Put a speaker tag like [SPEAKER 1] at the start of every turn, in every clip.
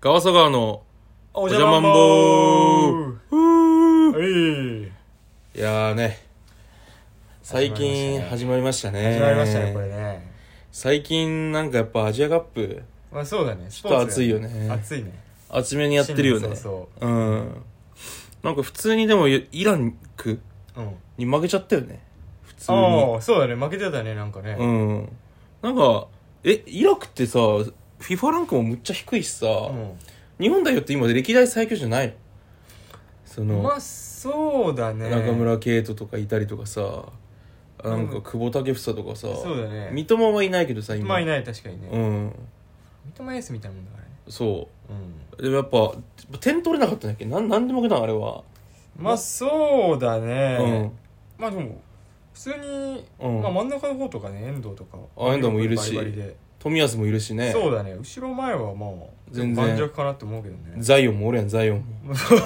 [SPEAKER 1] 川佐川の
[SPEAKER 2] お
[SPEAKER 1] じゃまんぼ
[SPEAKER 2] うーはい
[SPEAKER 1] いやーね最近始
[SPEAKER 2] 始
[SPEAKER 1] まりましたね
[SPEAKER 2] 始まりましたねこれね
[SPEAKER 1] 最近なんかやっぱアジアカップ
[SPEAKER 2] まあそうだねち
[SPEAKER 1] ょっと暑いよね
[SPEAKER 2] 暑いね
[SPEAKER 1] 厚めにやってるよね
[SPEAKER 2] そうそ
[SPEAKER 1] うんなんか普通にでもイランク
[SPEAKER 2] ううん
[SPEAKER 1] に負けちゃったよね普通に
[SPEAKER 2] ああそうだね負けてたねなんかね
[SPEAKER 1] うんなんかえイラクってさ FIFA ランクもむっちゃ低いしさ、
[SPEAKER 2] う
[SPEAKER 1] 日本代表って今歴代最強じゃないのその、
[SPEAKER 2] んまあそうだね
[SPEAKER 1] 中村敬斗とかいたりとかさなんか久保建英とかさ、
[SPEAKER 2] そうだね
[SPEAKER 1] 三笘はいないけどさ今
[SPEAKER 2] まあいない確かに
[SPEAKER 1] う
[SPEAKER 2] ね
[SPEAKER 1] ん
[SPEAKER 2] 三笘エースみたいなもんだからね
[SPEAKER 1] そ
[SPEAKER 2] うん
[SPEAKER 1] うでもやっぱ点取れなかったんだっけなんなんで負けたんあれは、
[SPEAKER 2] まあそうだねまあでも普通に
[SPEAKER 1] うん
[SPEAKER 2] まあ真ん中の方とかね遠藤とか
[SPEAKER 1] あ遠藤もいるし
[SPEAKER 2] バリバリで
[SPEAKER 1] うん冨安もいるしね
[SPEAKER 2] そうだね後ろ前はまあ
[SPEAKER 1] 全然
[SPEAKER 2] 盤石かなって思うけどね
[SPEAKER 1] ザイオンもおるやんザイオンも
[SPEAKER 2] まあ ザ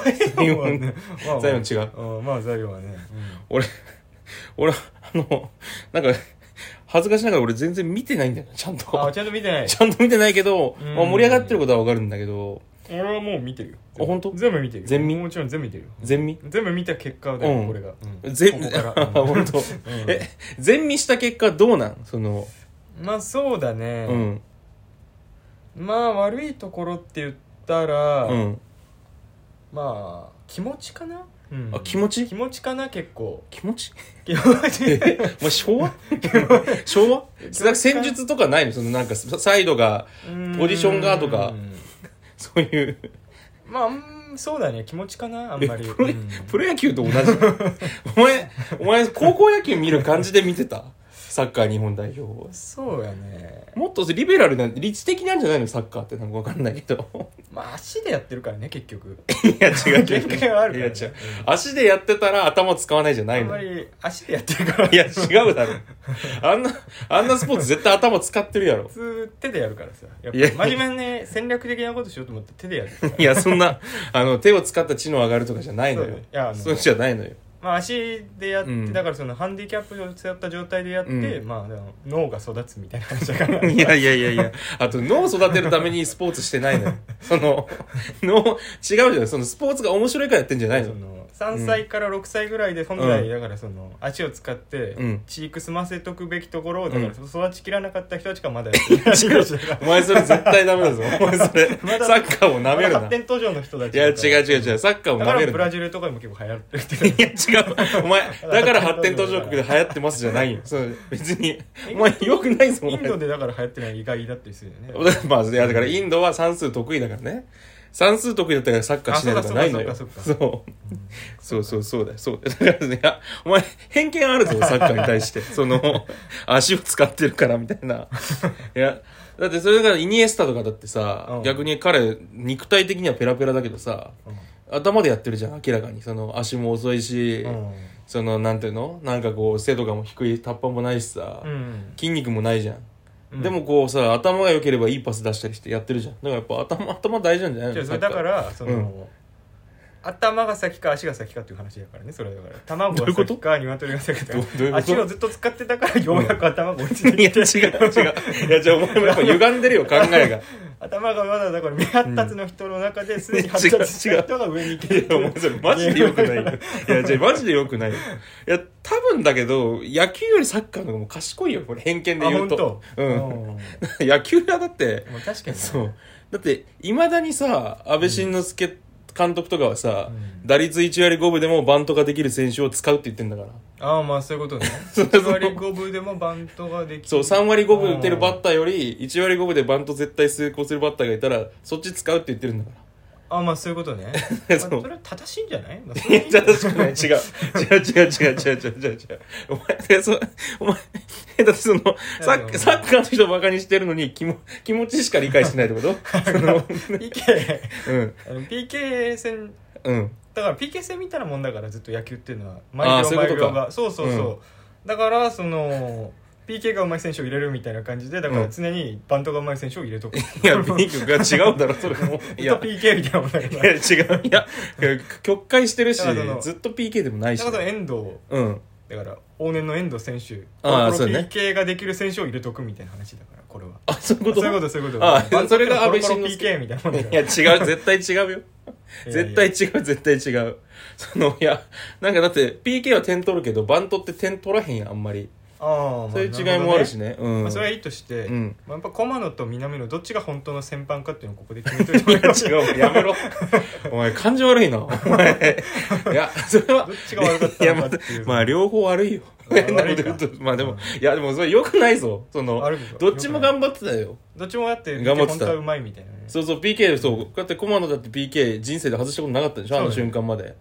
[SPEAKER 2] イオンはねまあまあ
[SPEAKER 1] ザイオン違う
[SPEAKER 2] うんまあザイオンはね
[SPEAKER 1] 俺俺あのなんか恥ずかしながら俺全然見てないんだよなちゃん
[SPEAKER 2] うんあ
[SPEAKER 1] と
[SPEAKER 2] ちゃんと見てない
[SPEAKER 1] ちゃんと見てないけど、
[SPEAKER 2] うん
[SPEAKER 1] まあ、盛り上がってることはわかるんだけど
[SPEAKER 2] 俺はもう見てるよ
[SPEAKER 1] あ本当
[SPEAKER 2] 全部見てるよ
[SPEAKER 1] 全見
[SPEAKER 2] もちろん全部見てるよ
[SPEAKER 1] 全見
[SPEAKER 2] 全部見た結果だよ、
[SPEAKER 1] うん
[SPEAKER 2] これが、うん
[SPEAKER 1] 全
[SPEAKER 2] ここから、
[SPEAKER 1] あ本当
[SPEAKER 2] うん
[SPEAKER 1] え全見した結果どうなんその
[SPEAKER 2] まあそうだ
[SPEAKER 1] う
[SPEAKER 2] ね、
[SPEAKER 1] ん
[SPEAKER 2] まあ悪いところって言ったら、
[SPEAKER 1] うん
[SPEAKER 2] まあ気持ちかな、うん
[SPEAKER 1] あ気持ち
[SPEAKER 2] 気持ちかな結構
[SPEAKER 1] 気持ち
[SPEAKER 2] 気持ち
[SPEAKER 1] えお前昭和 昭和なんか戦術とかないのそのなんかサイドがポジションがとか
[SPEAKER 2] うん
[SPEAKER 1] そういう
[SPEAKER 2] まあうんそうだね気持ちかなあんま り
[SPEAKER 1] えプロ
[SPEAKER 2] うん
[SPEAKER 1] プロ野球と同じお前お前高校野球見る感じで見てたサッカー日本代表を
[SPEAKER 2] そうやね
[SPEAKER 1] もっとリベラルな理知的なんじゃないのサッカーってなんかわかんないけ ど
[SPEAKER 2] まあ足でやってるからね結局
[SPEAKER 1] いや違う違う
[SPEAKER 2] 限界はある
[SPEAKER 1] い
[SPEAKER 2] か
[SPEAKER 1] や
[SPEAKER 2] らね
[SPEAKER 1] 違う足でやってたら頭使わないじゃな
[SPEAKER 2] あ
[SPEAKER 1] い
[SPEAKER 2] んま
[SPEAKER 1] のい
[SPEAKER 2] り足でやってるから
[SPEAKER 1] や違うだろあんなあんなスポーツ絶対頭使ってるやろ
[SPEAKER 2] 普通手でやるからさやっ
[SPEAKER 1] いや
[SPEAKER 2] ぱ真面目にね戦略的なことしようと思って手でやるから
[SPEAKER 1] いやそんなあの手を使った知能上がるとかじゃないの
[SPEAKER 2] そう
[SPEAKER 1] よ
[SPEAKER 2] ねいやあの
[SPEAKER 1] そうじゃないのよ
[SPEAKER 2] まあ、足でやって、
[SPEAKER 1] うん
[SPEAKER 2] だからそのハンディキャップを背負った状態でやって、
[SPEAKER 1] うん
[SPEAKER 2] まあ、でも脳が育つみたいな話だ から
[SPEAKER 1] いやいやいやいや、あと脳を育てるためにスポーツしてないのよ。その、脳、違うじゃん。そのスポーツが面白いからやってんじゃない
[SPEAKER 2] そ
[SPEAKER 1] の
[SPEAKER 2] の3歳から6歳ぐらいで本来、
[SPEAKER 1] うん
[SPEAKER 2] だからその足を使って、
[SPEAKER 1] うん
[SPEAKER 2] 飼育済ませとくべきところをだ
[SPEAKER 1] ん
[SPEAKER 2] から育ちきらなかった人たちがまだや ってる
[SPEAKER 1] 違うお前それ絶対ダメだぞ。お前それ、サ
[SPEAKER 2] まだ
[SPEAKER 1] ッカーを舐める
[SPEAKER 2] まだ
[SPEAKER 1] な
[SPEAKER 2] 発。展途上の人たち
[SPEAKER 1] いや違う
[SPEAKER 2] だ
[SPEAKER 1] 違う違う、サッカーを
[SPEAKER 2] か
[SPEAKER 1] 舐め
[SPEAKER 2] ら
[SPEAKER 1] る
[SPEAKER 2] ブ
[SPEAKER 1] な。
[SPEAKER 2] ラジルとかにも結構流行ってるって
[SPEAKER 1] いや違う。お前、だから発展途上国で流行ってますじゃないよ。そう、別に。お前、よくないぞ、お
[SPEAKER 2] イン
[SPEAKER 1] 前
[SPEAKER 2] ド。でだから流行ってない意外だったりするよね
[SPEAKER 1] まあ、いやだからインドは算数得意だからね。算数得意だったからサッカーしないとかないのよ。
[SPEAKER 2] あ
[SPEAKER 1] そ
[SPEAKER 2] そううか
[SPEAKER 1] そ
[SPEAKER 2] そう
[SPEAKER 1] そうそうだよ、そうだ よ。だからね、いや、お前、偏見あるぞ、サッカーに対 して。その、足を使ってるから、みたいな。いや、だってそれだからイニエスタとかだってさ、
[SPEAKER 2] うん
[SPEAKER 1] 逆に彼、肉体的にはペラペラだけどさ、頭でやってるじゃん、明らかに。その、足も遅いし、
[SPEAKER 2] うん
[SPEAKER 1] その、なんていうのなんかこう、背とかも低い、タッパもないしさ、
[SPEAKER 2] うん
[SPEAKER 1] 筋肉もないじゃん。
[SPEAKER 2] うん
[SPEAKER 1] でもこうさ頭が良ければいいパス出したりしてやってるじゃんだからやっぱ頭頭大事なんじゃない
[SPEAKER 2] 違
[SPEAKER 1] の
[SPEAKER 2] うそれだか
[SPEAKER 1] サッ
[SPEAKER 2] らその、
[SPEAKER 1] うん
[SPEAKER 2] 頭が先か足が先かっていう話だからねそれはだから卵
[SPEAKER 1] どういうこ
[SPEAKER 2] が
[SPEAKER 1] と
[SPEAKER 2] 先か鶏が先か
[SPEAKER 1] どどういうこと
[SPEAKER 2] 足をずっと使ってたからようやく頭が落ち
[SPEAKER 1] カー
[SPEAKER 2] てきて、
[SPEAKER 1] いや違う違ういやじゃあお前もやっぱ歪んでるよ考えが
[SPEAKER 2] 頭がまだだから目発達の人の中ですでに発達 した人が上に行け
[SPEAKER 1] い
[SPEAKER 2] る
[SPEAKER 1] やお前それマジで良くないよいやじゃあマジで良くないよいや多分だけど野球よりサッカーの方が賢いよこれ偏見で
[SPEAKER 2] あ
[SPEAKER 1] 言
[SPEAKER 2] 本
[SPEAKER 1] う
[SPEAKER 2] 当
[SPEAKER 1] とうん
[SPEAKER 2] うんも
[SPEAKER 1] 野球はだって
[SPEAKER 2] う確かに
[SPEAKER 1] そううだっていまだにさ安倍晋之助監督とかはさ、
[SPEAKER 2] うん
[SPEAKER 1] 打率1割5分でもバントができる選手を使うって言ってんだから
[SPEAKER 2] ああまあそういうことね
[SPEAKER 1] う そう
[SPEAKER 2] 1割5分でもバントができる
[SPEAKER 1] そう、3割5分打てるバッターより、1割5分でバント絶対成功するバッターがいたら、そっち使うって言ってるんだか
[SPEAKER 2] ああまあそういうことね
[SPEAKER 1] ら。
[SPEAKER 2] まあ
[SPEAKER 1] そ。
[SPEAKER 2] そうれは正しいんじゃない、まあそ
[SPEAKER 1] い
[SPEAKER 2] れ
[SPEAKER 1] や
[SPEAKER 2] はいいんじゃな い
[SPEAKER 1] 正しくない。違う。違う違う違う違う違う違う違う。お前、でそお前、えだってその、サ
[SPEAKER 2] いやい
[SPEAKER 1] ッ
[SPEAKER 2] や
[SPEAKER 1] サッカーの人をバカにしてるのに、気も気持ちしか理解してないってことその、
[SPEAKER 2] PK
[SPEAKER 1] うん、
[SPEAKER 2] あの PK 戦
[SPEAKER 1] うん。
[SPEAKER 2] だから PK 戦みたいなもんだからずっと野球っていうのは
[SPEAKER 1] あー
[SPEAKER 2] 毎
[SPEAKER 1] そう
[SPEAKER 2] 秒
[SPEAKER 1] いう
[SPEAKER 2] 毎
[SPEAKER 1] こと
[SPEAKER 2] 秒
[SPEAKER 1] か
[SPEAKER 2] がそうそうそう、だからその PK が上手い選手を入れるみたいな感じでだか
[SPEAKER 1] う
[SPEAKER 2] ら
[SPEAKER 1] ん
[SPEAKER 2] 常にバントが上手い選手を入れとく
[SPEAKER 1] いや、ピンクが違うだろ、それも。い
[SPEAKER 2] ずっと
[SPEAKER 1] や、
[SPEAKER 2] PK みたいなもんだから
[SPEAKER 1] いや違う。いや、曲解してるし
[SPEAKER 2] だからそ、の
[SPEAKER 1] ずっと PK でもないし
[SPEAKER 2] だ。から遠藤
[SPEAKER 1] うん。
[SPEAKER 2] だから往年の遠藤選手
[SPEAKER 1] あー
[SPEAKER 2] コロコロ
[SPEAKER 1] そうね
[SPEAKER 2] PK ができる選手を入れとくみたいな話だからこれは
[SPEAKER 1] あ、そういう
[SPEAKER 2] そ
[SPEAKER 1] こ
[SPEAKER 2] う
[SPEAKER 1] と
[SPEAKER 2] いうことそういうこと
[SPEAKER 1] あ
[SPEAKER 2] バン
[SPEAKER 1] それが
[SPEAKER 2] コロ
[SPEAKER 1] 安倍
[SPEAKER 2] コロ
[SPEAKER 1] 晋之
[SPEAKER 2] PK みたいなもんだか
[SPEAKER 1] いや、違
[SPEAKER 2] ら
[SPEAKER 1] う、絶対違うよ。絶対違う、絶対違う。その、いや、なんかだって、PK は点取るけど、バントって点取らへんやん、あんまり。
[SPEAKER 2] あーまあ
[SPEAKER 1] そういう違いもあるしね。う
[SPEAKER 2] なるほどねま
[SPEAKER 1] ん。
[SPEAKER 2] あそれはいいとして、
[SPEAKER 1] うん
[SPEAKER 2] まあ、やっぱ駒野と南野どっちが本当の先般かっていうのをここで決め とい
[SPEAKER 1] いや
[SPEAKER 2] て もらう
[SPEAKER 1] 違う、やめろ。お前、感じ悪いな。お 前。いや、それは
[SPEAKER 2] どっ。ちが悪かっ
[SPEAKER 1] い
[SPEAKER 2] た
[SPEAKER 1] や、
[SPEAKER 2] のか
[SPEAKER 1] まあ
[SPEAKER 2] っていう、
[SPEAKER 1] まあ、両方悪いよ。
[SPEAKER 2] 悪 いか
[SPEAKER 1] 変なこと言うとまあでも、いや、でもそれ良くないぞ。その
[SPEAKER 2] 悪いか、
[SPEAKER 1] どっちも頑張ってたよ。
[SPEAKER 2] どっちもやって
[SPEAKER 1] 頑張ってた
[SPEAKER 2] 本当はうまいみたいなね
[SPEAKER 1] そうそう、PK、そう。だって、駒野だって PK、人生で外したことなかったでしょ、あの
[SPEAKER 2] そうだよ
[SPEAKER 1] 瞬間まで。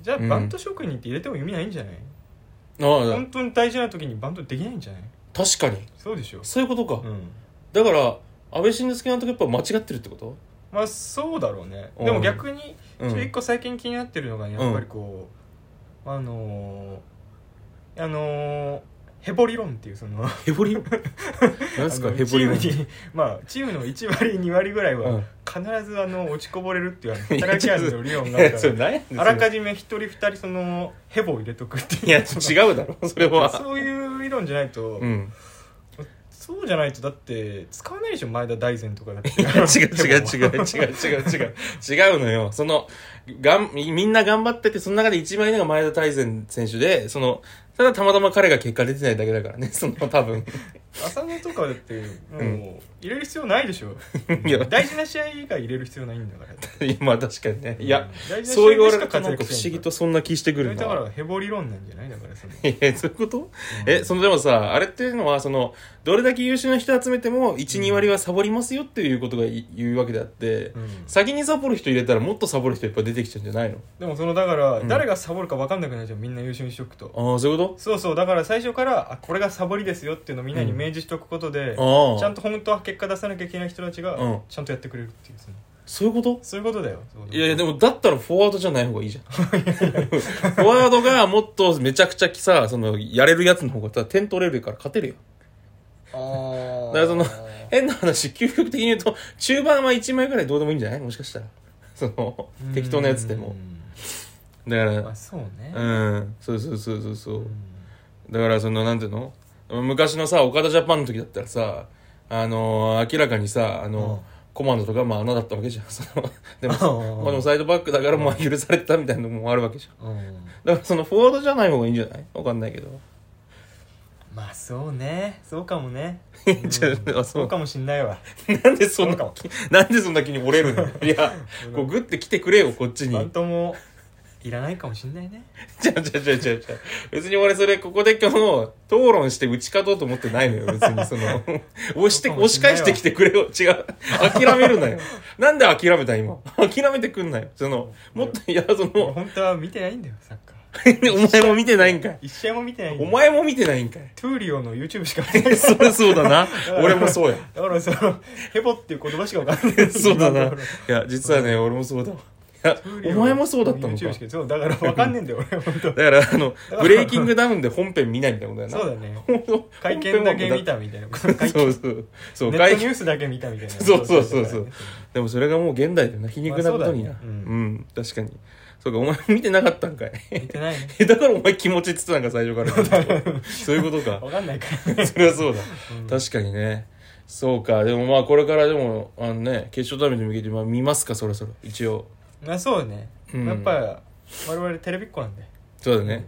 [SPEAKER 2] じゃあ
[SPEAKER 1] うん
[SPEAKER 2] バント職人って入れても意味ないんじゃない、
[SPEAKER 1] ああ
[SPEAKER 2] 本、当に大事な時にバントできないんじゃない
[SPEAKER 1] 確かに。
[SPEAKER 2] そうでしょ
[SPEAKER 1] そういうことか。
[SPEAKER 2] うん
[SPEAKER 1] だから安倍晋之助監督やっぱ間違ってるってこと
[SPEAKER 2] まあそうだろうね
[SPEAKER 1] うん
[SPEAKER 2] でも逆にち
[SPEAKER 1] うん
[SPEAKER 2] ょ一個最近気になってるのがね
[SPEAKER 1] うん
[SPEAKER 2] やっぱりこう、あのー、あのーヘボ理論っていうその
[SPEAKER 1] ヘボリ ン何です
[SPEAKER 2] あ
[SPEAKER 1] か
[SPEAKER 2] の
[SPEAKER 1] ヘボリン
[SPEAKER 2] チームにまあチームの1割2割ぐらい
[SPEAKER 1] うん
[SPEAKER 2] は必ずあの落ちこぼれるっていうあの働き味の理論があ
[SPEAKER 1] い
[SPEAKER 2] る
[SPEAKER 1] やそ
[SPEAKER 2] か
[SPEAKER 1] れ何やねんそれ
[SPEAKER 2] らあらかじめ1人2人そのヘボを入れとくっていう
[SPEAKER 1] いや違うだろそれは
[SPEAKER 2] そういう理論じゃないと、
[SPEAKER 1] うん
[SPEAKER 2] そうじゃないとだって使わないでしょ前田大然とかだって
[SPEAKER 1] いや違う違う違う違う違う違う違うのよそのがんみんな頑張っててその中で一番いいのが前田大然選手でそのただたまたま彼が結果出てないだけだからね その多分
[SPEAKER 2] 浅野とかだってもう、
[SPEAKER 1] うん
[SPEAKER 2] 入れる必要ないでしょ
[SPEAKER 1] いや
[SPEAKER 2] 大事な試合以外入れる必要ないんだから
[SPEAKER 1] まあ確かにねい
[SPEAKER 2] うん
[SPEAKER 1] や
[SPEAKER 2] 大事な試合
[SPEAKER 1] そう言われる
[SPEAKER 2] でしか
[SPEAKER 1] となん
[SPEAKER 2] 活
[SPEAKER 1] か
[SPEAKER 2] 躍
[SPEAKER 1] 不
[SPEAKER 2] し
[SPEAKER 1] 思
[SPEAKER 2] てん
[SPEAKER 1] 議
[SPEAKER 2] だか
[SPEAKER 1] とそんな気してく
[SPEAKER 2] ら
[SPEAKER 1] るな
[SPEAKER 2] だからヘボ理論なんじゃないだからその
[SPEAKER 1] えそういうこと、えそのでもさあれっていうのはそのどれだけ優秀な人集めても12、割はサボりますよっていうことがい言うわけであって、
[SPEAKER 2] うん
[SPEAKER 1] 先にサボる人入れたらもっとサボる人いっぱい出てきちゃうんじゃないの
[SPEAKER 2] でもそのだから、
[SPEAKER 1] うん
[SPEAKER 2] 誰がサボるか分かんなくなるじゃんみんな優秀にしとくと
[SPEAKER 1] ああそういうこ
[SPEAKER 2] そうそうだから最初からあこれがサボりですよっていうのをみんなに明示しとくことで、
[SPEAKER 1] とああ
[SPEAKER 2] ちゃんと本当は結果出さなきゃいけない人たちが
[SPEAKER 1] うん
[SPEAKER 2] ちゃんとやってくれるっていうその
[SPEAKER 1] そういうこと
[SPEAKER 2] そういうことだよそううこと
[SPEAKER 1] いやいやでもだったらフォワードじゃない方がいい じゃんフォワードがもっとめちゃくちゃさそのやれるやつの方がさ点取れるから勝てるよ
[SPEAKER 2] あー
[SPEAKER 1] だからその変な話究極的に言うと中盤は1枚ぐらいどうでもいいんじゃないもしかしたらその適当なやつでもだから、
[SPEAKER 2] うんまあそうね
[SPEAKER 1] うん、そうそうそうそうそううんだからそのなんていうの昔のさ岡田ジャパンの時だったらさあのー明らかにさあの、コマンドとかまあ穴だったわけじゃん そのでもまあでもサイドバックだからまあ許されてたみたいなのもあるわけじゃん
[SPEAKER 2] うん
[SPEAKER 1] だからそのフォワードじゃない方がいいんじゃないわかんないけど
[SPEAKER 2] まあそうねそうかもね
[SPEAKER 1] じゃあ
[SPEAKER 2] うん
[SPEAKER 1] あそう
[SPEAKER 2] そうかもしんないわ
[SPEAKER 1] なんでそん
[SPEAKER 2] そ
[SPEAKER 1] な
[SPEAKER 2] うかも
[SPEAKER 1] なんでそんな気に折れ るのいやこうグッて来てくれよこっち
[SPEAKER 2] バン
[SPEAKER 1] に
[SPEAKER 2] トもいらないかもしんないね
[SPEAKER 1] じゃあじゃあじゃあじゃあじゃあ別に俺それここで今日討論して打ち勝とうと思ってないの よ別にその押して
[SPEAKER 2] そうかも
[SPEAKER 1] 押
[SPEAKER 2] し
[SPEAKER 1] し
[SPEAKER 2] んない
[SPEAKER 1] 返
[SPEAKER 2] わ
[SPEAKER 1] してきてくれよ違う諦めるなよなんで諦めた今諦めてくんなよそのもっといやそ
[SPEAKER 2] 俺
[SPEAKER 1] の
[SPEAKER 2] 本当は見てないんだよサッカー
[SPEAKER 1] お前も見てないんかい
[SPEAKER 2] 一試合も見てないんだ
[SPEAKER 1] お
[SPEAKER 2] よ
[SPEAKER 1] 前も見てないんかい
[SPEAKER 2] トゥーリオの YouTube しか見てない
[SPEAKER 1] そりゃそうだな俺もそうや
[SPEAKER 2] だからそのヘボっていう言葉しか分かんない
[SPEAKER 1] そうだない
[SPEAKER 2] 今のとこ
[SPEAKER 1] や実はね俺もそうだわいや
[SPEAKER 2] ろ
[SPEAKER 1] お前もそうだったの
[SPEAKER 2] YouTube
[SPEAKER 1] か
[SPEAKER 2] しかそうだから分かんねえんだよ俺本当
[SPEAKER 1] だからあのブレイキングダウンで本編見ないみたいなことやな
[SPEAKER 2] そうだね
[SPEAKER 1] ほんと
[SPEAKER 2] 会見だけ見たみたいな会見
[SPEAKER 1] そうそうそう
[SPEAKER 2] ネット
[SPEAKER 1] 会
[SPEAKER 2] ニ
[SPEAKER 1] 見
[SPEAKER 2] ュースだけ見たみたいな
[SPEAKER 1] そうそうそうそう
[SPEAKER 2] だからね
[SPEAKER 1] でもそれがもう現代だよな皮肉なことにな、
[SPEAKER 2] まあそううだね
[SPEAKER 1] ん
[SPEAKER 2] う
[SPEAKER 1] 確かにそうかお前 見てなかったんかい
[SPEAKER 2] 見てないね
[SPEAKER 1] えだからお前気持ちって言ってたんか最初から そういうことか
[SPEAKER 2] 分かんないからね
[SPEAKER 1] それはそうだ、
[SPEAKER 2] うん
[SPEAKER 1] 確かにねそうかでもまあこれからでもあのね決勝トーナメントに向けてまあ見ますかそろそろ一応
[SPEAKER 2] まあそうね、
[SPEAKER 1] うん
[SPEAKER 2] やっぱ我々テレビっ子なん で
[SPEAKER 1] そうだね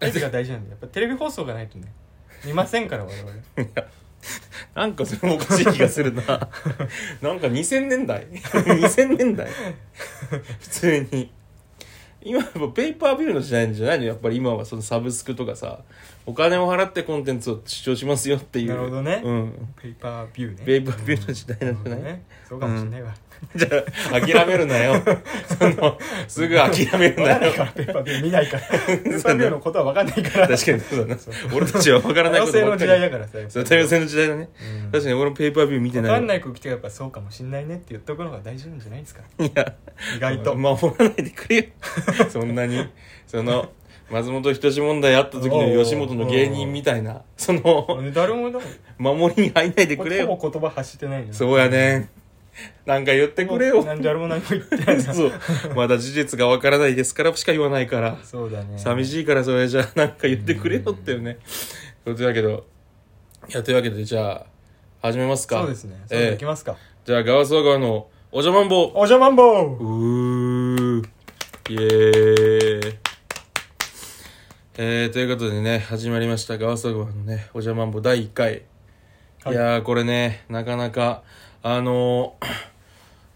[SPEAKER 2] テレビが大事なんでやっぱテレビ放送がないとね見ませんから我々
[SPEAKER 1] なんかそれもおかしい気がするな なんか2000年代2000年代普通に今やっぱペーパービューの時代じゃないのやっぱり今はそのサブスクとかさお金を払ってコンテンツを視聴しますよっていう
[SPEAKER 2] なるほどね
[SPEAKER 1] うん
[SPEAKER 2] ペーパービューね
[SPEAKER 1] ペーパービューの時代なんじゃない、
[SPEAKER 2] るほどねそうかもしんないわ、
[SPEAKER 1] じゃあ諦めるなよそのすぐ諦める
[SPEAKER 2] 分か
[SPEAKER 1] な
[SPEAKER 2] んない
[SPEAKER 1] よ
[SPEAKER 2] からペーパービュー見ないからペ ーパービューのことは分かんないから
[SPEAKER 1] 確かにそうだな俺たちは分からない
[SPEAKER 2] 多
[SPEAKER 1] こ
[SPEAKER 2] 様
[SPEAKER 1] と
[SPEAKER 2] 性
[SPEAKER 1] ば
[SPEAKER 2] の
[SPEAKER 1] っか
[SPEAKER 2] 時
[SPEAKER 1] り
[SPEAKER 2] 代だからさ
[SPEAKER 1] そう多様性の時代だね、
[SPEAKER 2] うん
[SPEAKER 1] 確かに俺もペーパービュー見て
[SPEAKER 2] 分
[SPEAKER 1] ない
[SPEAKER 2] かんない子来てやっぱそうかもしんないねって言っとくのが大事なんじゃないですか
[SPEAKER 1] いや
[SPEAKER 2] 意外と
[SPEAKER 1] 守らないでくれ よそんなにその松本人志問題あった時の吉本の芸人みたいなその
[SPEAKER 2] 誰もだもん
[SPEAKER 1] 守りに入んないでくれ
[SPEAKER 2] ほ
[SPEAKER 1] よ
[SPEAKER 2] ぼ言葉発してないのよ
[SPEAKER 1] そうやねなんか言ってくれよ。
[SPEAKER 2] なんじゃらも何も言ってないな
[SPEAKER 1] そう。まだ事実がわからないですからしか言わないから。
[SPEAKER 2] そうだね
[SPEAKER 1] 寂
[SPEAKER 2] い
[SPEAKER 1] しいからそれじゃあなんか言ってくれよっていうね。ことだけど。いや、というわけでじゃあ、始めますか。
[SPEAKER 2] そうですねそれで
[SPEAKER 1] え
[SPEAKER 2] いき
[SPEAKER 1] え
[SPEAKER 2] ますか、
[SPEAKER 1] じゃあ、ガワソワガワのおじゃまんぼ。
[SPEAKER 2] おじゃまんぼ
[SPEAKER 1] うー。イエーイ。えー、ということでね、始まりました。ガワソワガワのね、おじゃまんぼ第1回。い、
[SPEAKER 2] はい
[SPEAKER 1] やー、これね、なかなか、あのー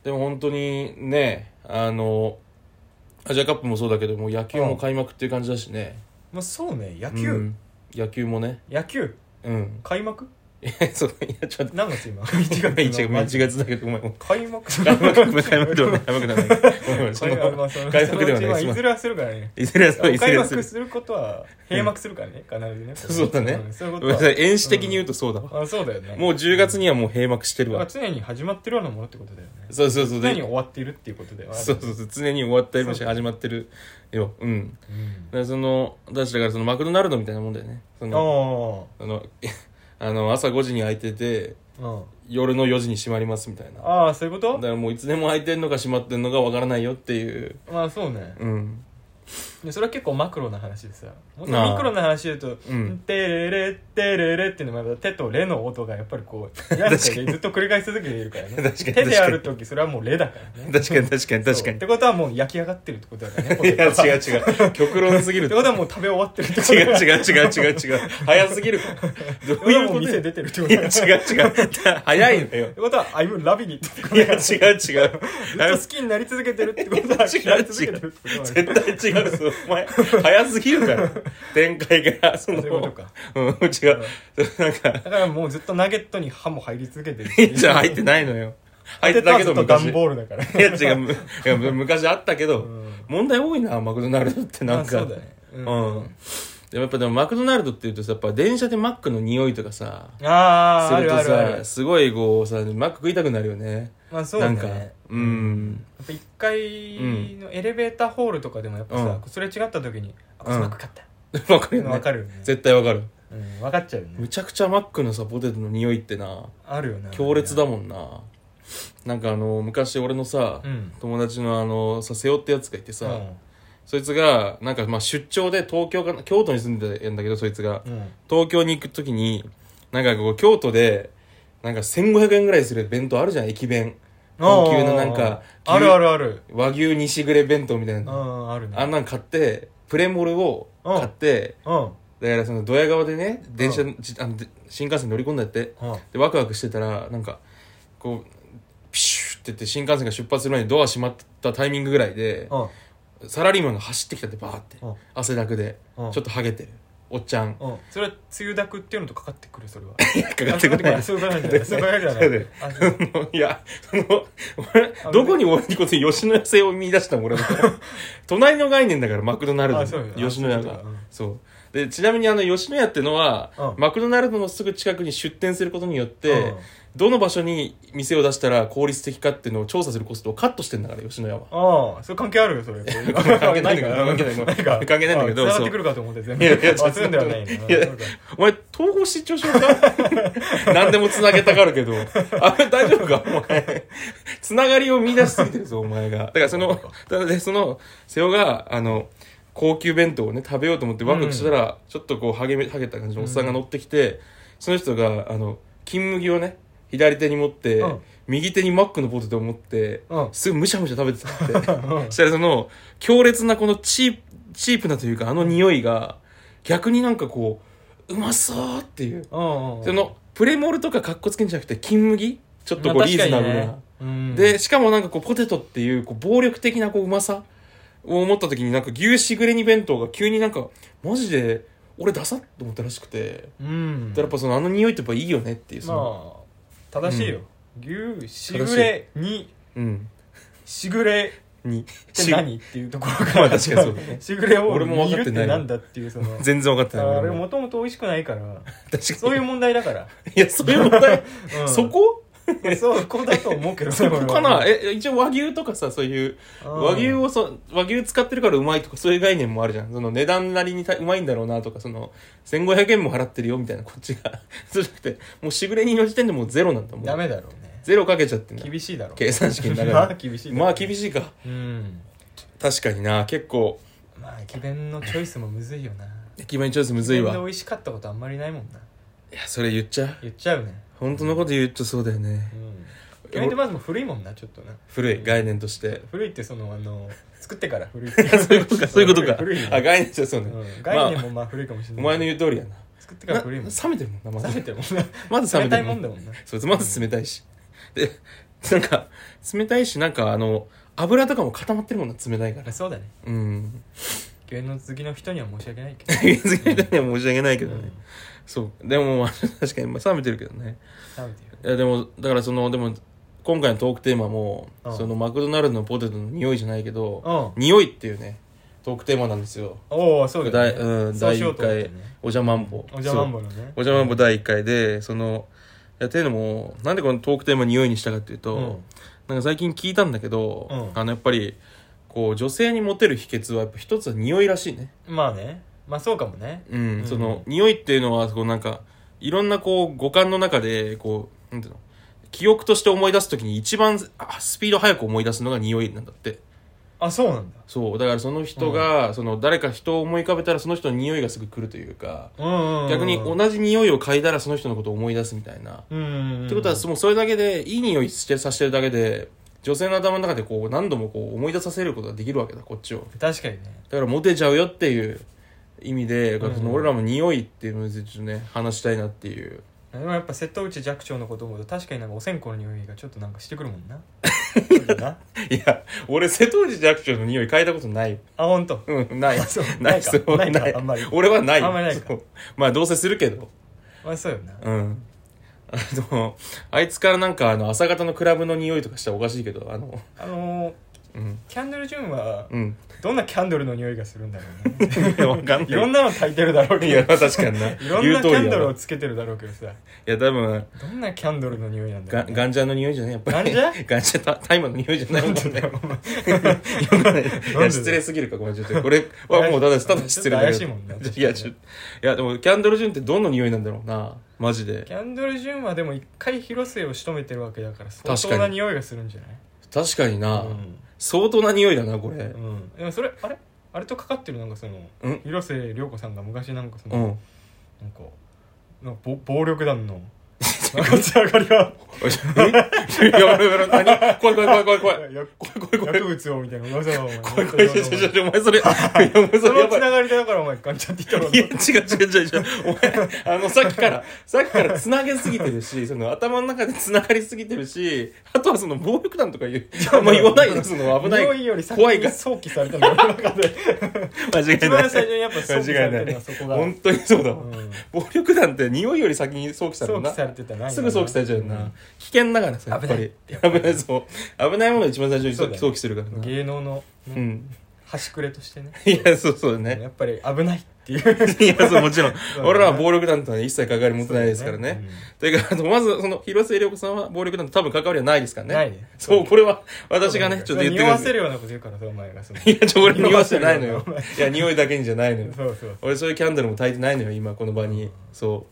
[SPEAKER 1] でも本当にね、あのーアジアカップもそうだけど、もう野球も開幕っていう感じだしね。
[SPEAKER 2] まあそうね野
[SPEAKER 1] 野
[SPEAKER 2] 球、
[SPEAKER 1] 野球もね。
[SPEAKER 2] 野球
[SPEAKER 1] うん。
[SPEAKER 2] 開幕
[SPEAKER 1] え、そう、いや、ちょっと、
[SPEAKER 2] 何月 今1
[SPEAKER 1] 今1
[SPEAKER 2] マ
[SPEAKER 1] 月
[SPEAKER 2] ジ
[SPEAKER 1] 1月だけど、お前もう。
[SPEAKER 2] 開幕
[SPEAKER 1] 開幕でもない、開幕でもない、開幕でもないごめんごめん。その
[SPEAKER 2] 開幕 その
[SPEAKER 1] 開幕では
[SPEAKER 2] その
[SPEAKER 1] な
[SPEAKER 2] うちまあ
[SPEAKER 1] い。
[SPEAKER 2] いずれはするからね
[SPEAKER 1] いずれはそう、いず
[SPEAKER 2] 開
[SPEAKER 1] れはす
[SPEAKER 2] 幕
[SPEAKER 1] る。
[SPEAKER 2] することは閉幕するからね必ずね
[SPEAKER 1] そうだね
[SPEAKER 2] んそういう
[SPEAKER 1] ご
[SPEAKER 2] こと
[SPEAKER 1] めんなさい
[SPEAKER 2] は
[SPEAKER 1] 演詞的に言うとそうだわ。
[SPEAKER 2] あそうだよね
[SPEAKER 1] もう10月にはもう閉幕してる
[SPEAKER 2] だから
[SPEAKER 1] わ。
[SPEAKER 2] 常に始まってるようなものってことだよね
[SPEAKER 1] そうそうそう。
[SPEAKER 2] 常に
[SPEAKER 1] で
[SPEAKER 2] 終わっているっていうことだよね
[SPEAKER 1] そうそうそう。常に終わったりもし始まってるよ。うん。
[SPEAKER 2] うん
[SPEAKER 1] だからその私だからそのマクドナルドみたいなもんだよねその
[SPEAKER 2] あ
[SPEAKER 1] あの あの朝5時に開いてて
[SPEAKER 2] あうん
[SPEAKER 1] 夜の4時に閉まりますみたいなだか
[SPEAKER 2] ああそういうこと
[SPEAKER 1] らもういつでも開いてんのか閉まってんのかわからないよっていう
[SPEAKER 2] まあそうね
[SPEAKER 1] うん
[SPEAKER 2] でそれは結構マクロな話でさもっ
[SPEAKER 1] あ
[SPEAKER 2] と
[SPEAKER 1] あ
[SPEAKER 2] ミクロな話で言うと「
[SPEAKER 1] うん
[SPEAKER 2] テレレテレレ」っていうのもやっぱ手と「レ」の音がやっぱり こうやるでずっと繰り返し続けているからね
[SPEAKER 1] 確かに確か
[SPEAKER 2] 手
[SPEAKER 1] に
[SPEAKER 2] でやる時それはもう「レ」だからね
[SPEAKER 1] 確かに確かに確
[SPEAKER 2] そ
[SPEAKER 1] か
[SPEAKER 2] うっ
[SPEAKER 1] に
[SPEAKER 2] てことはもう焼き上がってるってことだからねポ
[SPEAKER 1] い
[SPEAKER 2] テト
[SPEAKER 1] や
[SPEAKER 2] が
[SPEAKER 1] 違う
[SPEAKER 2] っ
[SPEAKER 1] 違う極論すぎる
[SPEAKER 2] て
[SPEAKER 1] って
[SPEAKER 2] ことはもう食べ終わってるってこと
[SPEAKER 1] 違う
[SPEAKER 2] だ
[SPEAKER 1] 違う違う違う違う早すぎ るど
[SPEAKER 2] こ
[SPEAKER 1] う
[SPEAKER 2] と
[SPEAKER 1] い
[SPEAKER 2] は
[SPEAKER 1] う
[SPEAKER 2] も
[SPEAKER 1] こ
[SPEAKER 2] う
[SPEAKER 1] と
[SPEAKER 2] 店
[SPEAKER 1] い
[SPEAKER 2] 出てるってこと
[SPEAKER 1] や
[SPEAKER 2] だ
[SPEAKER 1] 違う
[SPEAKER 2] っ
[SPEAKER 1] 違う早いのよ
[SPEAKER 2] てことは「I'm loving it」ってこと
[SPEAKER 1] い
[SPEAKER 2] だ
[SPEAKER 1] や
[SPEAKER 2] から
[SPEAKER 1] 違う違う
[SPEAKER 2] ずっと好きになり続けてるってことは
[SPEAKER 1] 違う
[SPEAKER 2] 嫌い続けてるってことだからね
[SPEAKER 1] 絶対違うぞお前早すぎるから展開がその
[SPEAKER 2] そういうことか
[SPEAKER 1] うん違うなんか
[SPEAKER 2] だからもうずっとナゲットに歯も入り続けてる
[SPEAKER 1] じゃあ入ってないのよ入ってたけど
[SPEAKER 2] ポテトはず
[SPEAKER 1] 昔
[SPEAKER 2] っと段ボールだから
[SPEAKER 1] いや違うむいや昔あったけど、
[SPEAKER 2] ん
[SPEAKER 1] 問題多いなマクドナルドってなんか
[SPEAKER 2] まあそうだね
[SPEAKER 1] う、
[SPEAKER 2] うんん
[SPEAKER 1] でもやっぱでもマクドナルドっていうとさやっぱ電車でマックの匂いとかさ
[SPEAKER 2] あ
[SPEAKER 1] す
[SPEAKER 2] ああ
[SPEAKER 1] る
[SPEAKER 2] る
[SPEAKER 1] と
[SPEAKER 2] あるあ
[SPEAKER 1] さ
[SPEAKER 2] る
[SPEAKER 1] すごいこうさマック食いたくなるよね
[SPEAKER 2] まあそうだ
[SPEAKER 1] なん
[SPEAKER 2] ね
[SPEAKER 1] か
[SPEAKER 2] やっ
[SPEAKER 1] うん
[SPEAKER 2] ぱ1階のエレベーターホールとかでもやっぱさ、それ違った時に「あこっち
[SPEAKER 1] うん
[SPEAKER 2] マック買った」
[SPEAKER 1] わかるよね
[SPEAKER 2] 分かるよね、
[SPEAKER 1] 絶対わかる
[SPEAKER 2] うん、分かっちゃうよね
[SPEAKER 1] むちゃくちゃマックのさポテトの匂いってな
[SPEAKER 2] あるよね
[SPEAKER 1] 強烈だもんななんかあの昔俺のさ、
[SPEAKER 2] うん
[SPEAKER 1] 友達のあのさ瀬尾ってやつがいてさ、
[SPEAKER 2] うん
[SPEAKER 1] そいつがなんかまあ出張で東京かな京都に住んでるんだけどそいつが
[SPEAKER 2] うん
[SPEAKER 1] 東京に行く時になんかこう京都でなんか1500円ぐらいする弁当あるじゃん駅弁高級ななんか
[SPEAKER 2] あーあるあるある
[SPEAKER 1] 和牛西グレ弁当みたい
[SPEAKER 2] うん
[SPEAKER 1] な
[SPEAKER 2] あるね
[SPEAKER 1] あんなん買ってプレモルを買って
[SPEAKER 2] うん
[SPEAKER 1] だからそのドヤ顔でね電車
[SPEAKER 2] う
[SPEAKER 1] じあので新幹線乗り込んだって
[SPEAKER 2] うん
[SPEAKER 1] でワクワクしてたらなんかこうピシューって言って新幹線が出発する前にドア閉まったタイミングぐらいで
[SPEAKER 2] うん
[SPEAKER 1] サラリーマンが走ってきたってバーって
[SPEAKER 2] うん
[SPEAKER 1] 汗だくでち
[SPEAKER 2] う
[SPEAKER 1] ょ
[SPEAKER 2] ん
[SPEAKER 1] っとハゲてるおっちゃん
[SPEAKER 2] うんそれは梅雨だくっていうのとかかってくるそれは
[SPEAKER 1] かかってこない
[SPEAKER 2] あそういうことじゃないそういうことじゃな
[SPEAKER 1] そうだよ
[SPEAKER 2] いあ そ
[SPEAKER 1] い
[SPEAKER 2] う
[SPEAKER 1] や、その、俺、どこに俺にこそ吉野家性を見出したの俺は。隣の概念だから、マクドナルド
[SPEAKER 2] あそうよ。
[SPEAKER 1] 吉野家
[SPEAKER 2] あ
[SPEAKER 1] が
[SPEAKER 2] そういうことかうん。
[SPEAKER 1] そう。で、ちなみにあの、吉野家ってのは、
[SPEAKER 2] うん
[SPEAKER 1] マクドナルドのすぐ近くに出店することによって、
[SPEAKER 2] うん
[SPEAKER 1] どの場所に店を出したら効率的かっていうのを調査するコストをカットしてんだから、吉野家は。
[SPEAKER 2] ああ、それ関係あるよ、それ。関
[SPEAKER 1] 関係ないんだけど関係ないんだけど関係ないんだけど
[SPEAKER 2] 繋がってくるかと思って、全
[SPEAKER 1] い
[SPEAKER 2] 部。
[SPEAKER 1] やいや、
[SPEAKER 2] あそういうんではないね
[SPEAKER 1] いや
[SPEAKER 2] そうか、
[SPEAKER 1] お前、統合失調症か 何でも繋げたがるけど。あ、大丈夫かお前。繋がりを見出しすぎてるぞ、お前が。だからその、だで、その、瀬尾が、あの、高級弁当をね、食べようと思ってワクワクしたら、ちょっとこう、ハゲめ、ハゲた感じのおっさんが乗ってきて、その人が、あの、金麦をね、左手に持って、
[SPEAKER 2] うん
[SPEAKER 1] 右手にマックのポテトを持って、
[SPEAKER 2] うん
[SPEAKER 1] すぐむしゃむしゃ食べてたって。
[SPEAKER 2] うん
[SPEAKER 1] そしたらその強烈なこのチープチープなというかあの匂いが逆になんかこううまそうっていう
[SPEAKER 2] うんうん。
[SPEAKER 1] そのプレモルとかカッコつけんじゃなくて金麦ちょっとこう
[SPEAKER 2] まあ
[SPEAKER 1] リーズナブルな、
[SPEAKER 2] 確かにね、
[SPEAKER 1] でしかもなんかこうポテトっていうこう暴力的なこううまさを思った時になんか牛しぐれ煮弁当が急になんかマジで俺ダサっと思ったらしくて
[SPEAKER 2] うん、うん。
[SPEAKER 1] だからやっぱそのあの匂いってやっぱいいよねっていうその、
[SPEAKER 2] まあ、正しいよ。牛、しぐれ、に、
[SPEAKER 1] うん
[SPEAKER 2] しぐれ
[SPEAKER 1] に
[SPEAKER 2] って何っていうところ
[SPEAKER 1] まあ
[SPEAKER 2] か
[SPEAKER 1] 確
[SPEAKER 2] ら、
[SPEAKER 1] かにそうだね
[SPEAKER 2] しぐれを
[SPEAKER 1] 俺も分
[SPEAKER 2] 煮
[SPEAKER 1] かっ
[SPEAKER 2] るってて
[SPEAKER 1] ない
[SPEAKER 2] なんだっていう、その、
[SPEAKER 1] 全然分かってない
[SPEAKER 2] あれ
[SPEAKER 1] 俺も
[SPEAKER 2] もともと美味しくないから、
[SPEAKER 1] 確かに
[SPEAKER 2] そういう問題だから。
[SPEAKER 1] いやそういう問題、
[SPEAKER 2] うん
[SPEAKER 1] そこ
[SPEAKER 2] そう、こうだと思うけど、
[SPEAKER 1] そこか
[SPEAKER 2] 俺
[SPEAKER 1] な
[SPEAKER 2] は
[SPEAKER 1] え、一応和牛とかさ、そういう、
[SPEAKER 2] うん
[SPEAKER 1] 和牛をそ、和牛使ってるからうまいとかそういう概念もあるじゃん。その値段なりにたうまいんだろうなとか、その、1500円も払ってるよみたいな、こっちが。そうじゃなくて、もうしぐれ煮の時点でもうゼロなんだもん。
[SPEAKER 2] ダメだろうね。
[SPEAKER 1] ゼロかけちゃってんだ
[SPEAKER 2] 厳しいだろ
[SPEAKER 1] 計算式の中で
[SPEAKER 2] まあ厳しいだろ
[SPEAKER 1] まあ厳しいか
[SPEAKER 2] うん
[SPEAKER 1] 確かにな結構
[SPEAKER 2] まあ駅弁のチョイスもむずいよな
[SPEAKER 1] 駅弁チョイスむずい
[SPEAKER 2] 駅弁で
[SPEAKER 1] わ
[SPEAKER 2] 美味しかったことあんまりないもんない
[SPEAKER 1] やそれ言っちゃう
[SPEAKER 2] 言っちゃうね
[SPEAKER 1] 本当のこと言っちゃそうだよね
[SPEAKER 2] うん駅弁ってまずもう古いもんなちょっとな
[SPEAKER 1] 古い概念と して
[SPEAKER 2] 古いってそのあの作ってから古い
[SPEAKER 1] そういうこと かそういうことか
[SPEAKER 2] 古いよ
[SPEAKER 1] あ概念じゃそうね
[SPEAKER 2] うん
[SPEAKER 1] まあ
[SPEAKER 2] 概念もまあ古いかもしれな
[SPEAKER 1] お
[SPEAKER 2] い
[SPEAKER 1] 前の言う通りやな
[SPEAKER 2] 作ってから
[SPEAKER 1] な
[SPEAKER 2] 古いもん
[SPEAKER 1] 冷めてるもんなま
[SPEAKER 2] 冷め
[SPEAKER 1] ず
[SPEAKER 2] てるもんな
[SPEAKER 1] まず冷
[SPEAKER 2] 冷
[SPEAKER 1] めて
[SPEAKER 2] た
[SPEAKER 1] る
[SPEAKER 2] い
[SPEAKER 1] も
[SPEAKER 2] も
[SPEAKER 1] ん
[SPEAKER 2] んだもんな
[SPEAKER 1] そうまず冷たいしでなんか冷たいしなんかあの油とかも固まってるもんな冷たいから
[SPEAKER 2] あそうだね
[SPEAKER 1] うん
[SPEAKER 2] 駅弁の次の人には申し訳ないけど
[SPEAKER 1] 水着みたいには申し訳ないけど
[SPEAKER 2] う
[SPEAKER 1] ね
[SPEAKER 2] ん
[SPEAKER 1] そうでもまあ確かにまあ冷めてるけどね
[SPEAKER 2] 食べてよ
[SPEAKER 1] いやでもだからそのでも今回のトークテーマも
[SPEAKER 2] うん
[SPEAKER 1] そのマクドナルドのポテトの匂いじゃないけど
[SPEAKER 2] うん
[SPEAKER 1] 匂いっていうねトークテーマなんですよ
[SPEAKER 2] おおそうだ
[SPEAKER 1] 第
[SPEAKER 2] よね
[SPEAKER 1] うん
[SPEAKER 2] そう
[SPEAKER 1] 第
[SPEAKER 2] しよ
[SPEAKER 1] 1
[SPEAKER 2] うと思って
[SPEAKER 1] 回
[SPEAKER 2] ね
[SPEAKER 1] 「おじゃまんぼ」
[SPEAKER 2] おじゃまんぼのね
[SPEAKER 1] おじゃまんぼ第1回でそのやってるのもなんでこのトークテーマ匂いにしたかっていうと、
[SPEAKER 2] うん
[SPEAKER 1] なんか最近聞いたんだけど、
[SPEAKER 2] うん
[SPEAKER 1] あのやっぱりこう女性にモテる秘訣はやっぱ一つは匂いらしいね
[SPEAKER 2] まあねまあそうかもね
[SPEAKER 1] うん、
[SPEAKER 2] うん
[SPEAKER 1] その匂いっていうのはこうなんかいろんなこう五感の中でこうなんていうの記憶として思い出す時に一番あスピード速く思い出すのが匂いなんだって
[SPEAKER 2] あそうなんだ
[SPEAKER 1] そうだからその人が、その誰か人を思い浮かべたらその人の匂いがすぐ来るというか、
[SPEAKER 2] うんうんうん
[SPEAKER 1] 逆に同じ匂いを嗅いだらその人のことを思い出すみたいな。
[SPEAKER 2] うんうんうん
[SPEAKER 1] ってことはもうそれだけでいい匂いしてさせてるだけで女性の頭の中でこう何度もこう思い出させることができるわけだこっちを
[SPEAKER 2] 確かにね
[SPEAKER 1] だからモテちゃうよっていう意味で、
[SPEAKER 2] うん
[SPEAKER 1] その俺らも匂いっていうのをちょっとね話したいなって いう
[SPEAKER 2] でもやっぱ瀬戸内寂聴のこと思うと確かになんかお線香の匂いがちょっとなんかしてくるもんなそうだ ない
[SPEAKER 1] や俺瀬戸内寂聴の匂い嗅いだことないよ
[SPEAKER 2] あ本当。
[SPEAKER 1] うん ない
[SPEAKER 2] あそう
[SPEAKER 1] ない
[SPEAKER 2] か
[SPEAKER 1] そう
[SPEAKER 2] ないか
[SPEAKER 1] ない
[SPEAKER 2] あんまり
[SPEAKER 1] 俺はないよ
[SPEAKER 2] あんまりないか
[SPEAKER 1] そうまあどうせするけど
[SPEAKER 2] まあそうよな
[SPEAKER 1] うんあのあいつからなんかあの朝方のクラブの匂いとかしたらおかしいけどあの
[SPEAKER 2] あのー
[SPEAKER 1] うん
[SPEAKER 2] キャンドル・ジュンは
[SPEAKER 1] うん
[SPEAKER 2] どんなキャンドルの匂いがするんだろうね
[SPEAKER 1] 分かんない
[SPEAKER 2] いろんなの焚いてるだろう
[SPEAKER 1] い
[SPEAKER 2] け
[SPEAKER 1] や、
[SPEAKER 2] ど
[SPEAKER 1] 確かにな。
[SPEAKER 2] いろんなキャンドル
[SPEAKER 1] な
[SPEAKER 2] を
[SPEAKER 1] い
[SPEAKER 2] つけてるだろうけどさ
[SPEAKER 1] や、多分、
[SPEAKER 2] どんなキャンドルの匂いなんだ
[SPEAKER 1] が
[SPEAKER 2] ろうね
[SPEAKER 1] ガンジャの匂いじゃないやっぱり。
[SPEAKER 2] ガン
[SPEAKER 1] ジャガンジャタ、タイマーの匂いじゃないもんね。
[SPEAKER 2] なんでだよ
[SPEAKER 1] よくない いや、失礼すぎるか、ごめん、ちょっと。これはもう、ただ、ただ失礼だけど
[SPEAKER 2] ちょっと怪しいもんね
[SPEAKER 1] いや、ちょっと。いや、でも、キャンドルジュンってどんな匂いなんだろうな。マジで
[SPEAKER 2] キ。ャンドル・ジュンはでも一回広末を仕留めてるわけだから
[SPEAKER 1] か
[SPEAKER 2] 相
[SPEAKER 1] に
[SPEAKER 2] 当な匂いがするんじゃない
[SPEAKER 1] 確かにな。
[SPEAKER 2] うん
[SPEAKER 1] 相当な匂いだな、これ。
[SPEAKER 2] うん、でもそれあれあれとかかってるなんかその
[SPEAKER 1] うん
[SPEAKER 2] 広末涼子さんが昔なんかその、
[SPEAKER 1] うん。
[SPEAKER 2] なんかなんか暴暴力団のなんか立ち上がりが
[SPEAKER 1] おいちょえ いや、俺、俺、何怖い怖い怖い怖い怖い。
[SPEAKER 2] や
[SPEAKER 1] 怖い怖い怖い
[SPEAKER 2] 薬。物をみたいな噂だお前
[SPEAKER 1] 怖い怖い。ちょちょちょ、お前そ れ、いや、お前
[SPEAKER 2] そ
[SPEAKER 1] それやば
[SPEAKER 2] のつ
[SPEAKER 1] い
[SPEAKER 2] な。がりでだからお前ガンちゃんって言ったろ
[SPEAKER 1] いや、違う違う違う違う。お前、あの、さっきから、さっきから繋げすぎてるし、その頭の中で繋がりすぎてるし、あとはその暴力団とか言う、あんま言わないで、その危ない。
[SPEAKER 2] 匂いより先
[SPEAKER 1] 怖いか
[SPEAKER 2] に想起されたの俺の中で
[SPEAKER 1] 間違いない。
[SPEAKER 2] 一番最初にやっぱ想起されて
[SPEAKER 1] 間違
[SPEAKER 2] る
[SPEAKER 1] いな。
[SPEAKER 2] のはいそこが、
[SPEAKER 1] 本当にそうだわ。
[SPEAKER 2] うん
[SPEAKER 1] 暴力団って匂いより先に想起され
[SPEAKER 2] 想
[SPEAKER 1] る
[SPEAKER 2] 起
[SPEAKER 1] な。
[SPEAKER 2] されてたな
[SPEAKER 1] すぐ想起されちゃうよな。危険だからさ、やっぱり。危ない、そう。危ないものを一番最初に
[SPEAKER 2] そう
[SPEAKER 1] 想
[SPEAKER 2] だね
[SPEAKER 1] 起想起するから
[SPEAKER 2] 今
[SPEAKER 1] な。
[SPEAKER 2] 芸能の、ね
[SPEAKER 1] うん。
[SPEAKER 2] 端くれとしてね
[SPEAKER 1] いや、そうそうだね。
[SPEAKER 2] やっぱり危ないっていう
[SPEAKER 1] いや、そう、も ちろん。
[SPEAKER 2] うだね
[SPEAKER 1] 俺らは暴力団とは一切関わり持ってないですからね。 というか、あのまず、その、広末涼子さんは暴力団と多分関わりはないですからね。
[SPEAKER 2] ないね
[SPEAKER 1] そう、これは、私がね、ちょっと言って
[SPEAKER 2] 匂わ
[SPEAKER 1] く
[SPEAKER 2] せ
[SPEAKER 1] だ
[SPEAKER 2] るようなこと言うからさお前が その
[SPEAKER 1] さい。いや、ちょ、俺匂わせてないのよ
[SPEAKER 2] 匂わ。
[SPEAKER 1] いや、匂いだけにじゃないのよ。
[SPEAKER 2] そうそう
[SPEAKER 1] 俺そういうキャンドルも焚いてないのよ、今、この場に。そ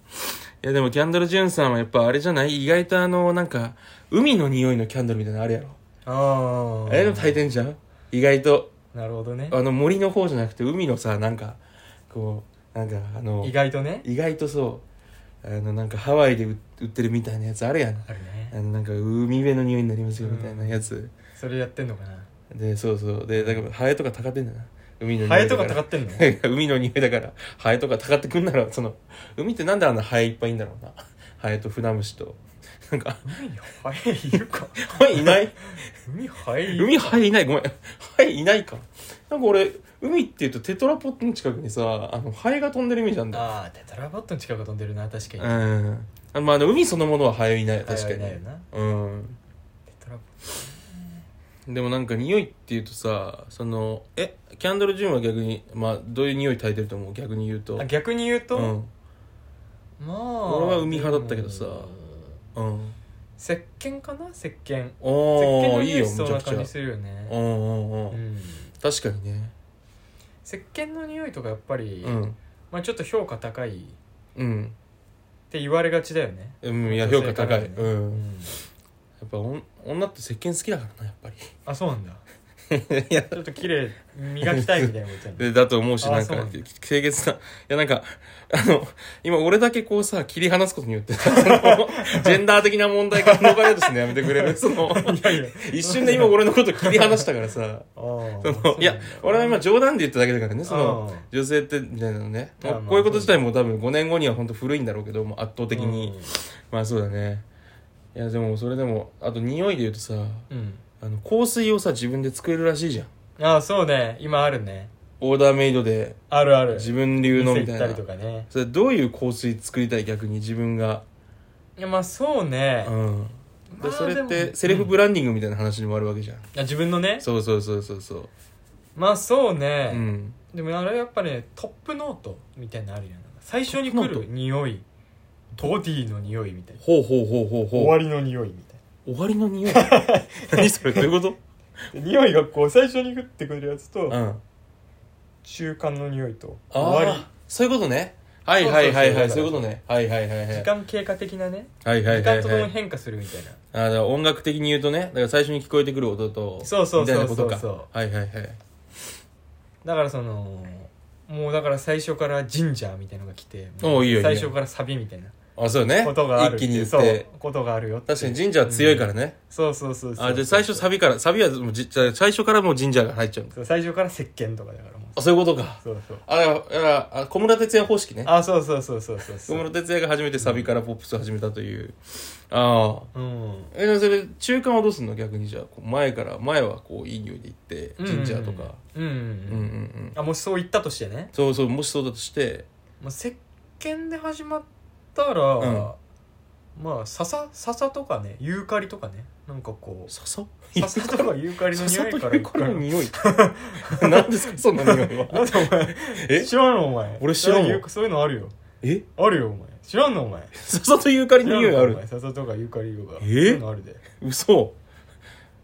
[SPEAKER 1] う。いや、でも、キャンドルジュンさんはやっぱあれじゃない意外とあの、なんか、海の匂いのキャンドルみたいなのあるやろ。
[SPEAKER 2] あ
[SPEAKER 1] あ
[SPEAKER 2] あ
[SPEAKER 1] れでも焚いてんじゃん意外と、
[SPEAKER 2] なるほどね
[SPEAKER 1] あの、森の方じゃなくて、海のさ、なんか、こう、なんか、あの、
[SPEAKER 2] 意外とね
[SPEAKER 1] 意外とそうあのなんかハワイで売売ってるみたいなやつあるやん
[SPEAKER 2] あるね
[SPEAKER 1] あのなんか海辺の匂いになりますよみたいなやつ、
[SPEAKER 2] それやってんのかな
[SPEAKER 1] でそうそうでだからハエとかたかってんだな海の匂い
[SPEAKER 2] ハエとか
[SPEAKER 1] だ
[SPEAKER 2] た
[SPEAKER 1] ら
[SPEAKER 2] かってんの
[SPEAKER 1] 海の匂いだからハエとかたかってくんならその海ってなんであんなハエいっぱいいんだろうなハエとフナムシとなんか
[SPEAKER 2] 海ハエいるか
[SPEAKER 1] ハエいない
[SPEAKER 2] 海ハエいる
[SPEAKER 1] 海ハエいないごめんハエいないかなんか俺海っていうとテトラポットの近くにさあのハエが飛んでるイメージなんだよ
[SPEAKER 2] ああテトラボットの近く飛んでるな確かに
[SPEAKER 1] うんあのまああの海そのものはハエいない確か
[SPEAKER 2] ハエ
[SPEAKER 1] に
[SPEAKER 2] はいないよな
[SPEAKER 1] うん
[SPEAKER 2] テトラボ
[SPEAKER 1] でもなんか匂いっていうとさそのえキャンドル・ジュンは逆にまあどういう匂い焚いてると思う逆に言うと
[SPEAKER 2] あ逆に言うと、
[SPEAKER 1] うん
[SPEAKER 2] まあ
[SPEAKER 1] 俺は海派だったけどさ
[SPEAKER 2] うん
[SPEAKER 1] うん
[SPEAKER 2] 石鹸かな石鹸石鹸
[SPEAKER 1] お
[SPEAKER 2] の
[SPEAKER 1] ーいい
[SPEAKER 2] 匂い
[SPEAKER 1] よ
[SPEAKER 2] し
[SPEAKER 1] め
[SPEAKER 2] そう
[SPEAKER 1] ちゃ
[SPEAKER 2] な
[SPEAKER 1] くち
[SPEAKER 2] 感
[SPEAKER 1] ゃ
[SPEAKER 2] じするよね
[SPEAKER 1] うんうんう
[SPEAKER 2] うんん
[SPEAKER 1] 確かにね
[SPEAKER 2] 石鹸の匂いとかやっぱり、
[SPEAKER 1] うん
[SPEAKER 2] まあ、ちょっと評価高いっ
[SPEAKER 1] うん
[SPEAKER 2] て言われがちだよね
[SPEAKER 1] うんいや
[SPEAKER 2] 女
[SPEAKER 1] 評
[SPEAKER 2] 性
[SPEAKER 1] 価高い
[SPEAKER 2] からね
[SPEAKER 1] うんっぱおん女って石鹸好きだからなやっぱ
[SPEAKER 2] あそうなんだ
[SPEAKER 1] り いや
[SPEAKER 2] ちょっと綺麗磨きたいみたいなことや ね
[SPEAKER 1] でだと思うし
[SPEAKER 2] あ
[SPEAKER 1] なん
[SPEAKER 2] そう
[SPEAKER 1] か
[SPEAKER 2] なんだ
[SPEAKER 1] 清潔ないやなんかあの今俺だけこうさ切り離すことによって さそのジェンダー的な問題から逃れようとしてのやめてくれるその
[SPEAKER 2] いやいや
[SPEAKER 1] 一瞬で今俺のこと切り離したからさ
[SPEAKER 2] あ
[SPEAKER 1] そ
[SPEAKER 2] ーそうなん
[SPEAKER 1] の
[SPEAKER 2] だ
[SPEAKER 1] いや俺は今冗談で言っただけだからねその
[SPEAKER 2] あ
[SPEAKER 1] 女性ってみたいなのね
[SPEAKER 2] あまあ
[SPEAKER 1] こういうこと自体も多分5年後には本当古いんだろうけどもう圧倒的に、まあそうだねいやでもそれでもあと匂いで言うとさ
[SPEAKER 2] うん、うん
[SPEAKER 1] あの香水をさ自分で作れるらしいじゃん
[SPEAKER 2] ああそうね今あるね
[SPEAKER 1] オーダーメイドで
[SPEAKER 2] あるある
[SPEAKER 1] 自分流のみ
[SPEAKER 2] 店
[SPEAKER 1] た
[SPEAKER 2] 行
[SPEAKER 1] い
[SPEAKER 2] った
[SPEAKER 1] な
[SPEAKER 2] りとかね
[SPEAKER 1] それどういう香水作りたい逆に自分が
[SPEAKER 2] いやまあそうね
[SPEAKER 1] う、ん
[SPEAKER 2] まあ
[SPEAKER 1] でそれっ
[SPEAKER 2] で
[SPEAKER 1] て
[SPEAKER 2] も
[SPEAKER 1] セルフ
[SPEAKER 2] うん
[SPEAKER 1] ブランディングみたいな話にもあるわけじゃん、
[SPEAKER 2] あ自分のね
[SPEAKER 1] そうそうそうそうそう
[SPEAKER 2] まあそうね、
[SPEAKER 1] うん
[SPEAKER 2] でもあれやっぱねトップノートみたいなのあるやん最初に
[SPEAKER 1] ト
[SPEAKER 2] 来
[SPEAKER 1] ップノ
[SPEAKER 2] る
[SPEAKER 1] ー
[SPEAKER 2] 匂いボディの匂いみたいな
[SPEAKER 1] ほうほうほうほうほう
[SPEAKER 2] 終わりの匂いみたい
[SPEAKER 1] 終わりの匂い 何それどういうこと
[SPEAKER 2] なで匂いがこう最初に降ってくるやつと、
[SPEAKER 1] うんあ
[SPEAKER 2] 中間の匂いと
[SPEAKER 1] あ
[SPEAKER 2] 終
[SPEAKER 1] ー
[SPEAKER 2] わ
[SPEAKER 1] そういうことねはいはいはいはい
[SPEAKER 2] そ
[SPEAKER 1] そう
[SPEAKER 2] そ
[SPEAKER 1] ういうこ
[SPEAKER 2] うそう
[SPEAKER 1] とねはいはいはいは
[SPEAKER 2] り時
[SPEAKER 1] い
[SPEAKER 2] 間経過的なね、
[SPEAKER 1] はいはいはい
[SPEAKER 2] 時間ととも
[SPEAKER 1] は
[SPEAKER 2] に
[SPEAKER 1] い
[SPEAKER 2] 変化するみたいな
[SPEAKER 1] あーだから音楽的に言うとねだから最初に聞こえてくる音と
[SPEAKER 2] そうそ
[SPEAKER 1] み
[SPEAKER 2] うそうそう
[SPEAKER 1] たいなことか
[SPEAKER 2] そ
[SPEAKER 1] はいはいはい
[SPEAKER 2] だからそのもうだから最初からジンジャーみたいなのが来て
[SPEAKER 1] おういいよいいよ
[SPEAKER 2] 最初からサビみたいな
[SPEAKER 1] あそうね
[SPEAKER 2] ことがある
[SPEAKER 1] 一気に言っ
[SPEAKER 2] そう
[SPEAKER 1] て
[SPEAKER 2] ことがあるよって
[SPEAKER 1] 確かに神社は強いからね、
[SPEAKER 2] そうそうそうそう
[SPEAKER 1] あじゃあ最初サビからサビはもうじじゃあ最初からもう神社が入っちゃうんだ
[SPEAKER 2] そう最初から石鹸とかだからもう
[SPEAKER 1] あそういうことか
[SPEAKER 2] そうそう
[SPEAKER 1] あだからだからあ小室哲哉方式ね
[SPEAKER 2] あそうそうそうそうそう
[SPEAKER 1] 小
[SPEAKER 2] そう
[SPEAKER 1] 室哲哉が初めてサビからポップスを始めたというああ
[SPEAKER 2] うん
[SPEAKER 1] えでもそれ中間はどうすんの逆にじゃあこう前から前はこういい匂いで行ってジンジャーとか
[SPEAKER 2] うんうん
[SPEAKER 1] うん
[SPEAKER 2] う
[SPEAKER 1] うん
[SPEAKER 2] んうん
[SPEAKER 1] うん
[SPEAKER 2] あもしそう言ったとしてね
[SPEAKER 1] そうそうもしそうだとして
[SPEAKER 2] もう石鹸で始まったら、
[SPEAKER 1] ん
[SPEAKER 2] まあ笹笹とかねユーカリとかねなんかこう
[SPEAKER 1] 笹
[SPEAKER 2] 笹とかユーカリの匂
[SPEAKER 1] 笹
[SPEAKER 2] い
[SPEAKER 1] と
[SPEAKER 2] から
[SPEAKER 1] ゆかりの匂い 何ですかそんな匂い
[SPEAKER 2] な
[SPEAKER 1] は
[SPEAKER 2] んでお前
[SPEAKER 1] え
[SPEAKER 2] 知らんのお前
[SPEAKER 1] 俺知らんわ
[SPEAKER 2] よくそういうのあるよ
[SPEAKER 1] え
[SPEAKER 2] あるよお前知らんのお前
[SPEAKER 1] 笹とゆかり
[SPEAKER 2] 知
[SPEAKER 1] の
[SPEAKER 2] らん
[SPEAKER 1] 匂い
[SPEAKER 2] の
[SPEAKER 1] あ
[SPEAKER 2] お
[SPEAKER 1] る
[SPEAKER 2] 前笹とかユーカリとか
[SPEAKER 1] え
[SPEAKER 2] そういうのあるで
[SPEAKER 1] 嘘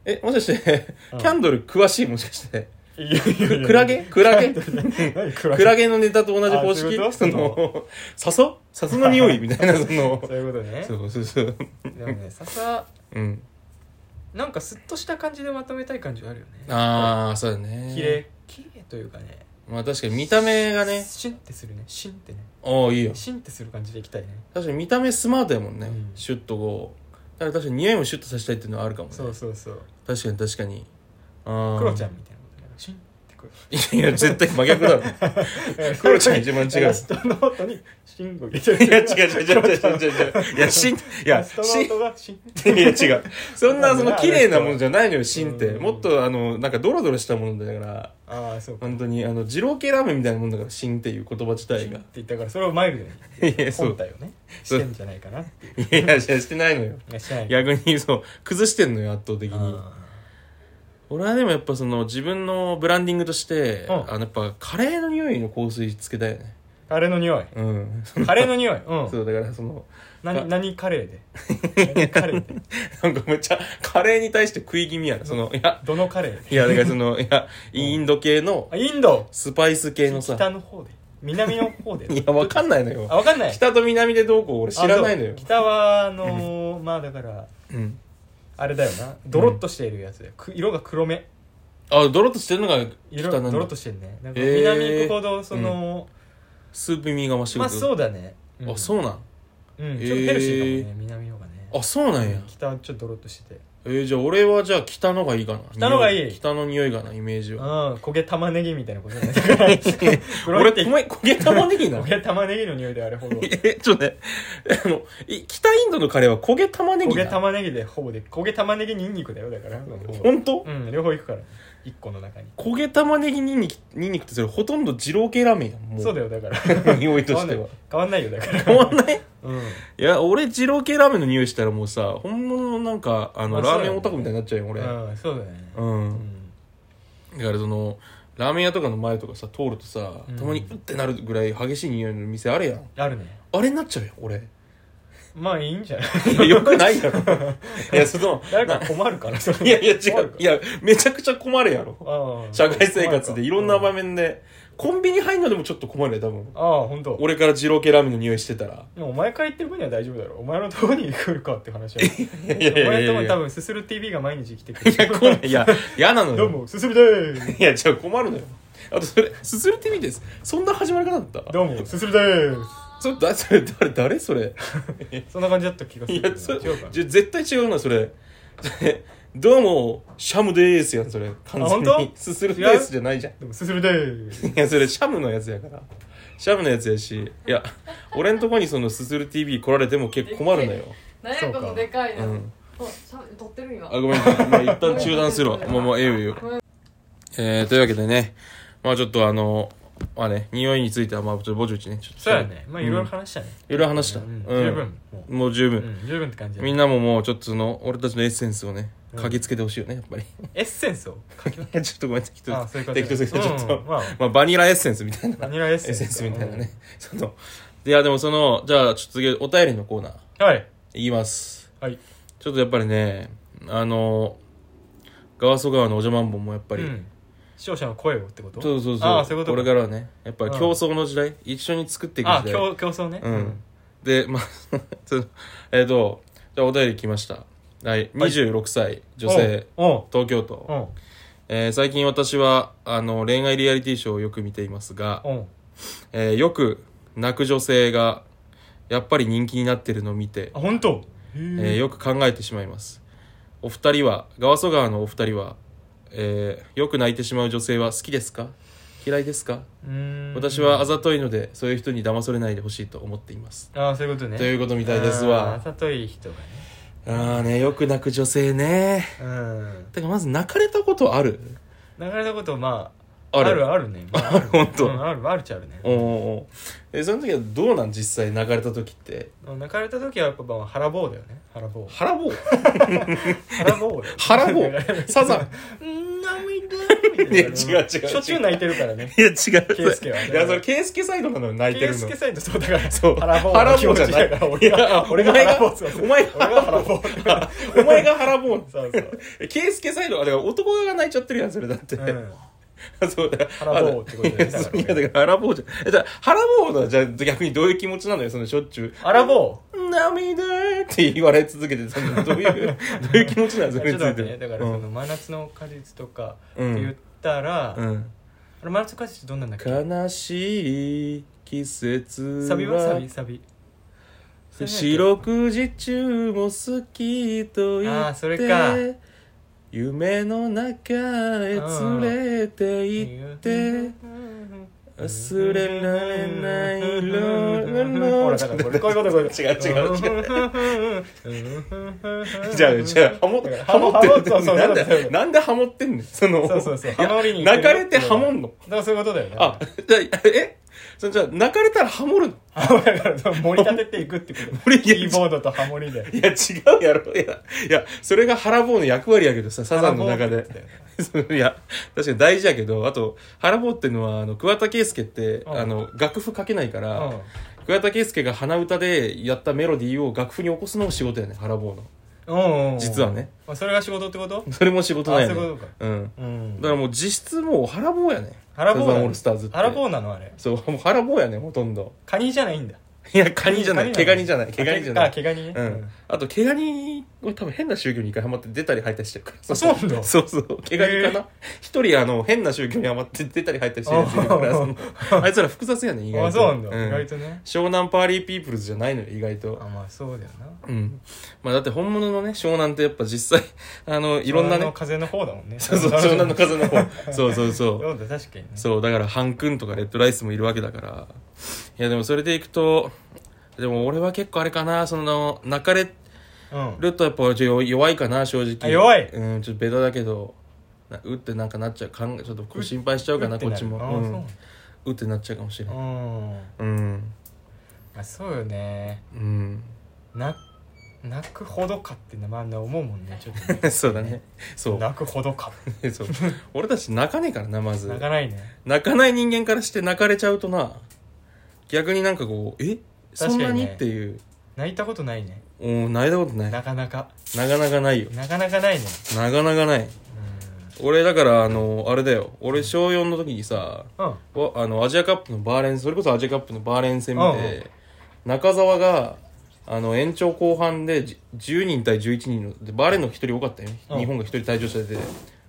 [SPEAKER 1] えもしかして
[SPEAKER 2] うん
[SPEAKER 1] キャンドル詳しいもしかして
[SPEAKER 2] いやいやいや
[SPEAKER 1] クラゲクラゲ
[SPEAKER 2] 何クラ
[SPEAKER 1] ク
[SPEAKER 2] ゲ
[SPEAKER 1] ラゲのネタと同じ方
[SPEAKER 2] あそういうこと
[SPEAKER 1] 式その笹笹の 匂いみたいなその
[SPEAKER 2] そういうことね
[SPEAKER 1] そうそうそう
[SPEAKER 2] でもね笹
[SPEAKER 1] うん
[SPEAKER 2] なんかスッとした感じでまとめたい感じあるよね
[SPEAKER 1] ああそうだね
[SPEAKER 2] 綺麗綺麗というかね
[SPEAKER 1] まあ確かに見た目がね
[SPEAKER 2] シュンってするねシュンってね
[SPEAKER 1] ああいいよ
[SPEAKER 2] シュンってする感じでいきたいね
[SPEAKER 1] 確かに見た目スマートやもんね、
[SPEAKER 2] うん
[SPEAKER 1] シュッとこうだから確かに匂いもシュッとさせたいっていうのはあるかもね
[SPEAKER 2] そうそうそう
[SPEAKER 1] 確かに確かにああ
[SPEAKER 2] クロちゃんみたいなことだからシュンってく
[SPEAKER 1] い やいや絶対真逆だろ
[SPEAKER 2] る
[SPEAKER 1] クロちゃん一番違う
[SPEAKER 2] ラストノートにシンを入れて
[SPEAKER 1] いや違う違う違う違う違う違ういやしんいや
[SPEAKER 2] ラストノ
[SPEAKER 1] しん
[SPEAKER 2] ートがシン
[SPEAKER 1] いや違うそんなその綺麗なものじゃないのよ芯って
[SPEAKER 2] うん
[SPEAKER 1] もっとあのなんかドロドロしたものだから
[SPEAKER 2] ああそうか
[SPEAKER 1] 本当にあの二郎系ラーメンみたいなもんだから芯っていう言葉自
[SPEAKER 2] シ
[SPEAKER 1] 体
[SPEAKER 2] ンっ
[SPEAKER 1] が
[SPEAKER 2] て言ったからそれをマイルド
[SPEAKER 1] い
[SPEAKER 2] に
[SPEAKER 1] やそう
[SPEAKER 2] 本体をねしてんじゃないかない
[SPEAKER 1] やいやしてないのよ
[SPEAKER 2] やしない
[SPEAKER 1] 逆にそう崩してんのよ圧倒的
[SPEAKER 2] あ
[SPEAKER 1] に俺はでもやっぱその自分のブランディングとして、
[SPEAKER 2] うん
[SPEAKER 1] あのやっぱカレーの匂いの香水つけたいよね
[SPEAKER 2] ーカレーの匂い
[SPEAKER 1] うん
[SPEAKER 2] カレーの匂いうん
[SPEAKER 1] そうだからその
[SPEAKER 2] 何何カレーで何カレーで
[SPEAKER 1] なんかめっちゃカレーに対して食い気味やなそのいや
[SPEAKER 2] どのカレーで
[SPEAKER 1] いやだからそのいやインド系の
[SPEAKER 2] あインド
[SPEAKER 1] スパイス系のさ
[SPEAKER 2] 北の方で南の方で
[SPEAKER 1] いやわかんないの
[SPEAKER 2] あ
[SPEAKER 1] よ
[SPEAKER 2] わかんない
[SPEAKER 1] 北と南でどうこう俺知らないの
[SPEAKER 2] あそ
[SPEAKER 1] よ
[SPEAKER 2] う北はあのーまあだから
[SPEAKER 1] うん
[SPEAKER 2] あれだよなドロッとしているやつで、く色が黒目
[SPEAKER 1] あドロッとしてるのが北
[SPEAKER 2] 色が
[SPEAKER 1] なん
[SPEAKER 2] ドロッ
[SPEAKER 1] だ
[SPEAKER 2] としてるねなんか
[SPEAKER 1] へー
[SPEAKER 2] 南行くほどその、
[SPEAKER 1] スープ味が増して
[SPEAKER 2] まあそううだね、ん
[SPEAKER 1] あそうなん
[SPEAKER 2] うんちょっとヘルシーかもね、南の方がね
[SPEAKER 1] あそうなんや
[SPEAKER 2] うん北はちょっとドロッとしてて
[SPEAKER 1] えーじゃあ俺はじゃあ北のがいいかな
[SPEAKER 2] 北のがいい
[SPEAKER 1] 匂北の匂いかなイメージ
[SPEAKER 2] うん
[SPEAKER 1] は
[SPEAKER 2] 焦げ玉ねぎみたいなこと ねだから黒い
[SPEAKER 1] 俺
[SPEAKER 2] って
[SPEAKER 1] 米焦げ玉ねぎなの
[SPEAKER 2] 焦げ玉ねぎの匂いであれほぼ焦
[SPEAKER 1] えちょっとねあのい北インドのカレーは焦げ玉ねぎ
[SPEAKER 2] げ
[SPEAKER 1] な
[SPEAKER 2] 玉ねぎでほぼで焦げ玉ねぎニンニクだよだからう
[SPEAKER 1] 本当
[SPEAKER 2] ん両方いくから一個の中に
[SPEAKER 1] 焦げ玉ねぎにんにくにんにくってそれほとんど二郎系ラーメンやんも
[SPEAKER 2] そうだよだから
[SPEAKER 1] 匂いと
[SPEAKER 2] 変わ
[SPEAKER 1] し
[SPEAKER 2] ん
[SPEAKER 1] て
[SPEAKER 2] ない
[SPEAKER 1] は
[SPEAKER 2] 変わんないよだから
[SPEAKER 1] 変わんない
[SPEAKER 2] うん
[SPEAKER 1] いや俺二郎系ラーメンの匂いしたらもうさ本物のなんかあの
[SPEAKER 2] まあ
[SPEAKER 1] ラーメンオタクみたいになっちゃうよ俺
[SPEAKER 2] うんそうだよね
[SPEAKER 1] うん
[SPEAKER 2] うん
[SPEAKER 1] だからそのラーメン屋とかの前とかさ通るとさ
[SPEAKER 2] う ん
[SPEAKER 1] たまにうってなるぐらい激しい匂いの店あるやん
[SPEAKER 2] あるね
[SPEAKER 1] あれになっちゃうよ俺
[SPEAKER 2] まあいいんじゃない
[SPEAKER 1] いや、よくないやろ。いや、その、
[SPEAKER 2] 誰か困るからそれ
[SPEAKER 1] いやいや違
[SPEAKER 2] 困る
[SPEAKER 1] う
[SPEAKER 2] か。
[SPEAKER 1] いや、めちゃくちゃ困るやろ。
[SPEAKER 2] ああ
[SPEAKER 1] 社会生活でいろんな場
[SPEAKER 2] う
[SPEAKER 1] 面で。コンビニ入んのでもちょっと困るね、多分。
[SPEAKER 2] ああ本当。
[SPEAKER 1] 俺から二郎系ラーメンの匂いしてたら。
[SPEAKER 2] でもお前から言ってる分には大丈夫だろお前のとこに来るかって話は
[SPEAKER 1] いやいやい
[SPEAKER 2] お
[SPEAKER 1] や
[SPEAKER 2] 前
[SPEAKER 1] い
[SPEAKER 2] のとこ
[SPEAKER 1] や
[SPEAKER 2] に
[SPEAKER 1] い
[SPEAKER 2] 多
[SPEAKER 1] や。
[SPEAKER 2] 分すする TV が毎日来てく
[SPEAKER 1] いや、
[SPEAKER 2] る
[SPEAKER 1] こんいや、嫌なの
[SPEAKER 2] どう
[SPEAKER 1] よ。
[SPEAKER 2] もすするでー
[SPEAKER 1] いや、じゃあ困るのよ。あと、それ、すするって意味です。そんな始まり方だった
[SPEAKER 2] どうもすするでー
[SPEAKER 1] それ、だ、それ、誰、誰それ。
[SPEAKER 2] そんな感じだった気がする
[SPEAKER 1] いや、それ、
[SPEAKER 2] 違うかな
[SPEAKER 1] じゃ絶対違うな、それ。 それどうも、シャムでーすやん、それ。完全
[SPEAKER 2] あ本
[SPEAKER 1] に。
[SPEAKER 2] 当
[SPEAKER 1] すするでーすじゃないじゃん。
[SPEAKER 2] でもすするでー
[SPEAKER 1] いや、それシャムのやつやから。シャムのやつやし、いや、俺んとこにそのすする TV 来られても結構困るのよ。
[SPEAKER 3] 何やこのでかいの、
[SPEAKER 1] うん
[SPEAKER 3] あしゃ撮ってる今
[SPEAKER 1] あ、ごめん、まあ、一旦中断するわ。もう、もう、ええよ、ええよ。えー、というわけでね、まあちょっとあの、まあね、匂いについては、まあちょっとぼちぼちね、ちょっと。
[SPEAKER 2] そうやねまあいろいろ
[SPEAKER 1] うん
[SPEAKER 2] 話したね
[SPEAKER 1] いろいろ話した。
[SPEAKER 2] うん
[SPEAKER 1] うん
[SPEAKER 2] 十分も
[SPEAKER 1] もう十
[SPEAKER 2] うう
[SPEAKER 1] 分。
[SPEAKER 2] ん十分って感じだね
[SPEAKER 1] みんなももうちょっとその、俺たちのエッセンスをね、
[SPEAKER 2] うん
[SPEAKER 1] 嗅ぎつけてほしいよね、やっぱり。
[SPEAKER 2] エッセンスを
[SPEAKER 1] いや ちょっとごめん、適
[SPEAKER 2] あ
[SPEAKER 1] 当
[SPEAKER 2] そういう
[SPEAKER 1] 適
[SPEAKER 2] こ
[SPEAKER 1] 当
[SPEAKER 2] とね
[SPEAKER 1] 適当ちょっ
[SPEAKER 2] うん
[SPEAKER 1] と。
[SPEAKER 2] まあ
[SPEAKER 1] まあ、バニラエッセンスみたいな。
[SPEAKER 2] バニラエッセ
[SPEAKER 1] エッ
[SPEAKER 2] ンス
[SPEAKER 1] センスみたいなね。その、いや、でもその、じゃあ、ちょっと次、お便りのコーナー、
[SPEAKER 2] うんはい
[SPEAKER 1] いきます。
[SPEAKER 2] はい
[SPEAKER 1] ちょっとやっぱりね、あの、ガワソ川のおじゃまんぼもやっぱり、
[SPEAKER 2] うん視聴者の声をってこと
[SPEAKER 1] そうそうそう、
[SPEAKER 2] ああそういうこと
[SPEAKER 1] これからはね、やっぱ競争の時代、一緒に作っていく
[SPEAKER 2] あ
[SPEAKER 1] 時
[SPEAKER 2] 競
[SPEAKER 1] 代。
[SPEAKER 2] 競争ね
[SPEAKER 1] うんで、まあ、 そのえっ、と、じゃあお便り来ました。はい、26歳、女性、
[SPEAKER 2] お
[SPEAKER 1] 東京都。
[SPEAKER 2] お
[SPEAKER 1] えー最近私はあの恋愛リアリティショーをよく見ていますが、
[SPEAKER 2] お
[SPEAKER 1] えーよく泣く女性がやっぱり人気になってるのを見て
[SPEAKER 2] あ、本当
[SPEAKER 1] え
[SPEAKER 2] へー
[SPEAKER 1] ーよく考えてしまいますお二人はガワソ川のお二人は、えーよく泣いてしまう女性は好きですか嫌いですか
[SPEAKER 2] うーん
[SPEAKER 1] 私はあざといのでそういう人に騙されないでほしいと思っています
[SPEAKER 2] ああそういうことね
[SPEAKER 1] ということみたいですわ
[SPEAKER 2] あーあざとい人がね
[SPEAKER 1] ああねよく泣く女性ね
[SPEAKER 2] うん
[SPEAKER 1] てかまず泣かれたことある
[SPEAKER 2] 流れたことまあ
[SPEAKER 1] あ
[SPEAKER 2] あ
[SPEAKER 1] る
[SPEAKER 2] るあるねまあ
[SPEAKER 1] ある 本当
[SPEAKER 2] うんあるあるっちゃあるね
[SPEAKER 1] おうおうおうえその時はどうなん実際泣かれた時って
[SPEAKER 2] 泣かれた時はやっぱまあ腹棒だよね腹棒
[SPEAKER 1] 腹棒
[SPEAKER 2] 腹棒よ
[SPEAKER 1] 腹棒サザン
[SPEAKER 2] うん涙
[SPEAKER 1] いや違う違う違う
[SPEAKER 2] しょっちゅう泣いてるからね
[SPEAKER 1] いや違う
[SPEAKER 2] ケイスケはね
[SPEAKER 1] いやそれケイスケサイドなのよ泣いて
[SPEAKER 2] ケ
[SPEAKER 1] る
[SPEAKER 2] イ
[SPEAKER 1] の
[SPEAKER 2] スケサイドそうだから
[SPEAKER 1] そう
[SPEAKER 2] 腹棒
[SPEAKER 1] 腹
[SPEAKER 2] の
[SPEAKER 1] 棒
[SPEAKER 2] 気持ちだから俺
[SPEAKER 1] いや
[SPEAKER 2] が俺が
[SPEAKER 1] お前が
[SPEAKER 2] 腹棒そうそう
[SPEAKER 1] お前が
[SPEAKER 2] 俺が腹棒
[SPEAKER 1] お前が腹棒
[SPEAKER 2] そうそう
[SPEAKER 1] ケイスケサイドあれ男側が泣いちゃってるやんそれだって、
[SPEAKER 2] うん
[SPEAKER 1] そうだ
[SPEAKER 2] 腹棒ってことだよねだから
[SPEAKER 1] いやだから腹棒じゃえだから腹棒だじゃあ逆にどういう気持ちなのよそのしょっちゅう
[SPEAKER 2] 腹棒
[SPEAKER 1] 涙って言われ続けてその どういうどういう気持ちなの
[SPEAKER 2] ち
[SPEAKER 1] そ
[SPEAKER 2] ょっ
[SPEAKER 1] れ
[SPEAKER 2] と
[SPEAKER 1] につ
[SPEAKER 2] 待
[SPEAKER 1] い
[SPEAKER 2] って
[SPEAKER 1] て
[SPEAKER 2] ねだからその真夏の果実とかっ
[SPEAKER 1] う
[SPEAKER 2] て
[SPEAKER 1] ん
[SPEAKER 2] 言ったら、
[SPEAKER 1] うんうん
[SPEAKER 2] あれ真夏の果実ってどんなんだっけ
[SPEAKER 1] 悲しい季節
[SPEAKER 2] サビはサビサビ
[SPEAKER 1] 四六時中も好きと言
[SPEAKER 2] あー
[SPEAKER 1] っ
[SPEAKER 2] それか
[SPEAKER 1] て夢の中へ連れて行って忘れられないロ
[SPEAKER 2] ほ
[SPEAKER 1] ー
[SPEAKER 2] ら
[SPEAKER 1] ル
[SPEAKER 2] だからこ
[SPEAKER 1] の
[SPEAKER 2] れこういうことこういうこと
[SPEAKER 1] 違う違う
[SPEAKER 2] 違
[SPEAKER 1] じゃあじゃあハモっ
[SPEAKER 2] から
[SPEAKER 1] ハモってる
[SPEAKER 2] ハモそうそう
[SPEAKER 1] なん
[SPEAKER 2] そうそう
[SPEAKER 1] でなんでハモってんのその
[SPEAKER 2] そうそうそう
[SPEAKER 1] いや
[SPEAKER 2] ハモりに行
[SPEAKER 1] 泣
[SPEAKER 2] ってる
[SPEAKER 1] かれてハモんの
[SPEAKER 2] だからそういうことだよね
[SPEAKER 1] あじゃあえそれじゃあ泣かれたらハモるの
[SPEAKER 2] だからその盛り立てていくってこと
[SPEAKER 1] 盛り
[SPEAKER 2] キーボードとハモリで
[SPEAKER 1] いや違うやろいやいやそれが腹棒の役割やけどさサザンの中で そういや、確かに大事やけど、あと、腹棒っていうのは、あの、桑田佳祐って、
[SPEAKER 2] うん
[SPEAKER 1] あの、楽譜書けないか
[SPEAKER 2] う
[SPEAKER 1] ら、
[SPEAKER 2] ん
[SPEAKER 1] 桑田佳祐が鼻歌でやったメロディーを楽譜に起こすのも仕事やね、腹棒の。
[SPEAKER 2] うんうん
[SPEAKER 1] 実はね。
[SPEAKER 2] あそれが仕事ってこと
[SPEAKER 1] それも仕事なんやね。
[SPEAKER 2] あそういうことか
[SPEAKER 1] うん。
[SPEAKER 2] うん
[SPEAKER 1] だからもう実質もう腹棒やね。
[SPEAKER 2] 腹棒
[SPEAKER 1] サザ
[SPEAKER 2] な
[SPEAKER 1] ン
[SPEAKER 2] の
[SPEAKER 1] オールスターズって。
[SPEAKER 2] 腹棒なのあれ
[SPEAKER 1] そう、もう腹棒やね、ほとんど。
[SPEAKER 2] カニじゃないんだ
[SPEAKER 1] い や、カニじゃない。毛ガニじゃない。
[SPEAKER 2] あ
[SPEAKER 1] 毛ガニじゃない
[SPEAKER 2] あ。毛ガニね
[SPEAKER 1] うん、あと毛ガニは多分変な宗教に一回ハマって出たり入ったりしてるから
[SPEAKER 2] あそうなんだ
[SPEAKER 1] そうそう毛ガニかな一、人あの変な宗教にハマって出たり入ったりしてるやついるから
[SPEAKER 2] あ
[SPEAKER 1] そのあいつら複雑やね意外と
[SPEAKER 2] あそうなんだ、
[SPEAKER 1] ん
[SPEAKER 2] 意外とね
[SPEAKER 1] 湘南パーリーピープルズじゃないのよ意外
[SPEAKER 2] あ
[SPEAKER 1] と
[SPEAKER 2] まあそうだよな
[SPEAKER 1] うんまあだって本物のね湘南ってやっぱ実際あのいろんな
[SPEAKER 2] 湘南の
[SPEAKER 1] ね
[SPEAKER 2] 風の方だもんね
[SPEAKER 1] そうそう湘南の風の方 そうそうそう
[SPEAKER 2] そうだ確かにね
[SPEAKER 1] そう、だから、ハン君とかレッドライスもいるわけだから。いや、でもそれでいくと、でも俺は結構あれかな、その、泣かれ
[SPEAKER 2] うん
[SPEAKER 1] るとやっぱちょっと弱いかな、正
[SPEAKER 2] あ
[SPEAKER 1] 直。
[SPEAKER 2] 弱い
[SPEAKER 1] うん、ちょっとベタだけど、なうってなんかなっちゃうかん、ちょっとこう心配しちゃうかな、こっちも。
[SPEAKER 2] あ
[SPEAKER 1] うんうってなっちゃうかもしれ
[SPEAKER 2] そう
[SPEAKER 1] ない。
[SPEAKER 2] うん
[SPEAKER 1] うん。
[SPEAKER 2] あそうよね
[SPEAKER 1] うん。
[SPEAKER 2] な泣くほどかってまあ思うもんねちょっとね
[SPEAKER 1] そうだね。そ
[SPEAKER 2] 泣くほどか
[SPEAKER 1] う。 そう。俺たち泣かねえからな、まず。
[SPEAKER 2] 泣かないね
[SPEAKER 1] 泣かない人間からして泣かれちゃうとな、逆になんかこう、えそんな
[SPEAKER 2] 確かに
[SPEAKER 1] に
[SPEAKER 2] ね
[SPEAKER 1] っていう。
[SPEAKER 2] 泣いたことないね
[SPEAKER 1] お泣いたことないな
[SPEAKER 2] なかなか
[SPEAKER 1] かなかないよ
[SPEAKER 2] なかなかないね
[SPEAKER 1] なかなかない俺だからあのあれだよ俺小4の時にさ
[SPEAKER 2] うんうん
[SPEAKER 1] わあのアジアカップのバーレンそれこそアジアカップのバーレン戦
[SPEAKER 2] うん
[SPEAKER 1] で中澤があの延長後半でじ10人対11人のでバーレンの1人多かったよね
[SPEAKER 2] うん
[SPEAKER 1] 日本が1人退場者で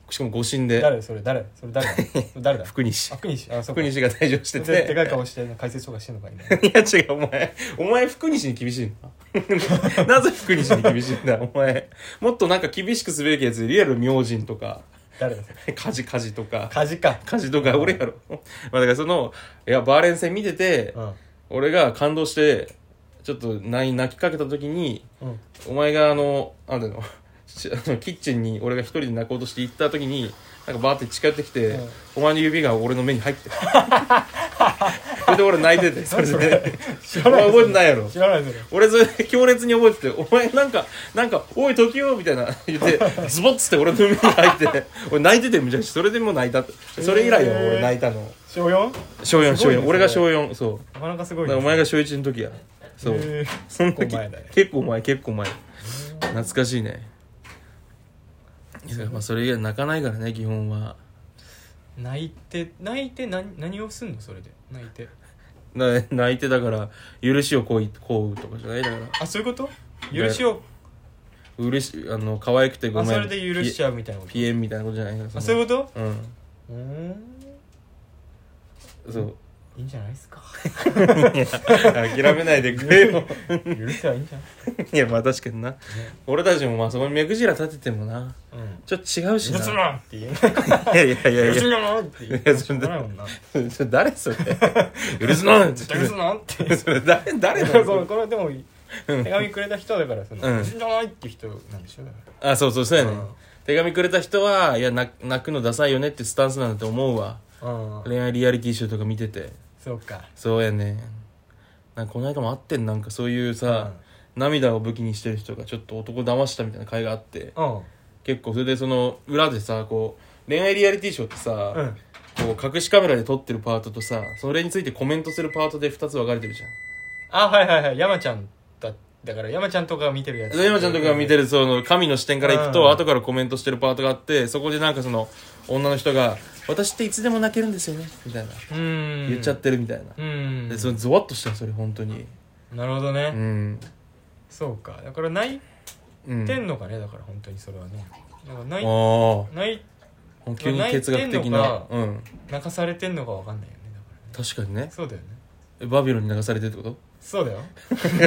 [SPEAKER 1] しかも誤審で
[SPEAKER 2] 誰それ誰それ誰それ誰だ
[SPEAKER 1] 福西
[SPEAKER 2] あ福西あそう
[SPEAKER 1] 福
[SPEAKER 2] か
[SPEAKER 1] 西が退場して
[SPEAKER 2] ででかい
[SPEAKER 1] て
[SPEAKER 2] 顔して解説とかしてんのか今
[SPEAKER 1] いや違うお前お前福西に厳しい ななぜ福西に厳しいんだお前もっとなんか厳しくすべきやつでリアル明神とか
[SPEAKER 2] 誰だそれ
[SPEAKER 1] カジカジとか
[SPEAKER 2] カジか
[SPEAKER 1] 家事とか俺やろまあだからそのいやバーレン戦見てて
[SPEAKER 2] うん
[SPEAKER 1] 俺が感動してちょっと泣泣きかけた時に
[SPEAKER 2] うん
[SPEAKER 1] お前があの なんだろうしあのキッチンに俺が一人で泣こうとして行った時になんかバーって近寄ってきて、
[SPEAKER 2] うん
[SPEAKER 1] お前の指が俺の目に入 ってたそれで俺泣いててそれで
[SPEAKER 2] 知
[SPEAKER 1] お
[SPEAKER 2] らな
[SPEAKER 1] 前
[SPEAKER 2] い
[SPEAKER 1] 覚えてないやろ
[SPEAKER 2] 知らないそれ
[SPEAKER 1] 俺それ強烈に覚えてて「お前なんかなんかおい時よ」みたいな言ってズボッつって俺の耳に入って俺泣いててめちゃくちゃそれでもう泣いたってそれ以来よ
[SPEAKER 2] へー
[SPEAKER 1] 俺泣いたの
[SPEAKER 2] 小 4?
[SPEAKER 1] 小4
[SPEAKER 2] す
[SPEAKER 1] 小
[SPEAKER 2] ごいね
[SPEAKER 1] 4俺が
[SPEAKER 2] そ
[SPEAKER 1] 小
[SPEAKER 2] れ
[SPEAKER 1] 4そう
[SPEAKER 2] なかなかすご
[SPEAKER 1] だ
[SPEAKER 2] い
[SPEAKER 1] か
[SPEAKER 2] ね
[SPEAKER 1] らお前が小1の時やそう
[SPEAKER 2] へー
[SPEAKER 1] その時
[SPEAKER 2] 結構前だね
[SPEAKER 1] 結構前結構前懐かしいねいやまあそれ以外泣かないからね基本は
[SPEAKER 2] 泣いて泣いて何何をすんのそれで泣いて
[SPEAKER 1] な 泣いてだから許しをこういこうとかじゃないだから
[SPEAKER 2] あそういうこと許しを
[SPEAKER 1] うれしあの可愛くてご
[SPEAKER 2] あ
[SPEAKER 1] めん
[SPEAKER 2] それで許しちゃうみたいなこと
[SPEAKER 1] ピエンみたいなことじゃないから
[SPEAKER 2] あそういううこと
[SPEAKER 1] とうん
[SPEAKER 2] うーん
[SPEAKER 1] そう
[SPEAKER 2] いいんじゃないですか
[SPEAKER 1] 諦めないでくれよ
[SPEAKER 2] 許せばいいんじゃない
[SPEAKER 1] いやまあ確かにな俺たちもまあそこに目くじら立ててもな
[SPEAKER 2] うん
[SPEAKER 1] ちょっと違うし
[SPEAKER 2] 許
[SPEAKER 1] な
[SPEAKER 2] す
[SPEAKER 1] い
[SPEAKER 2] なって言えない
[SPEAKER 1] やいやいやいや
[SPEAKER 2] 許すなって言え
[SPEAKER 1] いや
[SPEAKER 2] ない
[SPEAKER 1] そ
[SPEAKER 2] しょ
[SPEAKER 1] れ
[SPEAKER 2] うがないもんな
[SPEAKER 1] それ誰それ許すな
[SPEAKER 2] 絶対許すなって
[SPEAKER 1] それ誰誰
[SPEAKER 2] だ
[SPEAKER 1] な
[SPEAKER 2] から
[SPEAKER 1] の
[SPEAKER 2] そ のこれでも手紙くれた人だからその
[SPEAKER 1] うん
[SPEAKER 2] 「じゃない」って人なんでしょだか
[SPEAKER 1] あそうそうそうや
[SPEAKER 2] ら
[SPEAKER 1] ね、手紙くれた人はいや泣泣くのダサいよねってスタンスなんだと思うわ
[SPEAKER 2] うんうん
[SPEAKER 1] 恋愛リアリティショーとか見てて
[SPEAKER 2] そうか
[SPEAKER 1] そうやねなんかこの間もあってんなんかそういう
[SPEAKER 2] うん
[SPEAKER 1] さ、涙を武器にしてる人がちょっと男騙したみたいな会があって
[SPEAKER 2] うん
[SPEAKER 1] 結構それでその裏でさこう恋愛リアリティショーってさ、
[SPEAKER 2] うん
[SPEAKER 1] こう隠しカメラで撮ってるパートとさそれについてコメントするパートで2つ分かれてるじゃん
[SPEAKER 2] あはいはいはい山ちゃんだだから山ちゃんとかが見てるやつ
[SPEAKER 1] 山ちゃんとかが見てるその神の視点からいくと、
[SPEAKER 2] うん
[SPEAKER 1] 後からコメントしてるパートがあってそこでなんかその女の人が「私っていつでも泣けるんですよね」みたいな
[SPEAKER 2] うん
[SPEAKER 1] 言っちゃってるみたいな、
[SPEAKER 2] うん
[SPEAKER 1] でそのゾワッとしたのそれ本当に
[SPEAKER 2] なるほどね、
[SPEAKER 1] うん、
[SPEAKER 2] そうかだから泣い
[SPEAKER 1] うん、
[SPEAKER 2] てんのかねだから本当にそれはねだから泣い
[SPEAKER 1] あ
[SPEAKER 2] 泣い
[SPEAKER 1] あ急に哲学的な
[SPEAKER 2] 泣い
[SPEAKER 1] うん
[SPEAKER 2] 泣かされてんのかわかんないよねだからね
[SPEAKER 1] 確かにね
[SPEAKER 2] そうだよね
[SPEAKER 1] えバビロンに流されてってこと
[SPEAKER 2] そうだよ、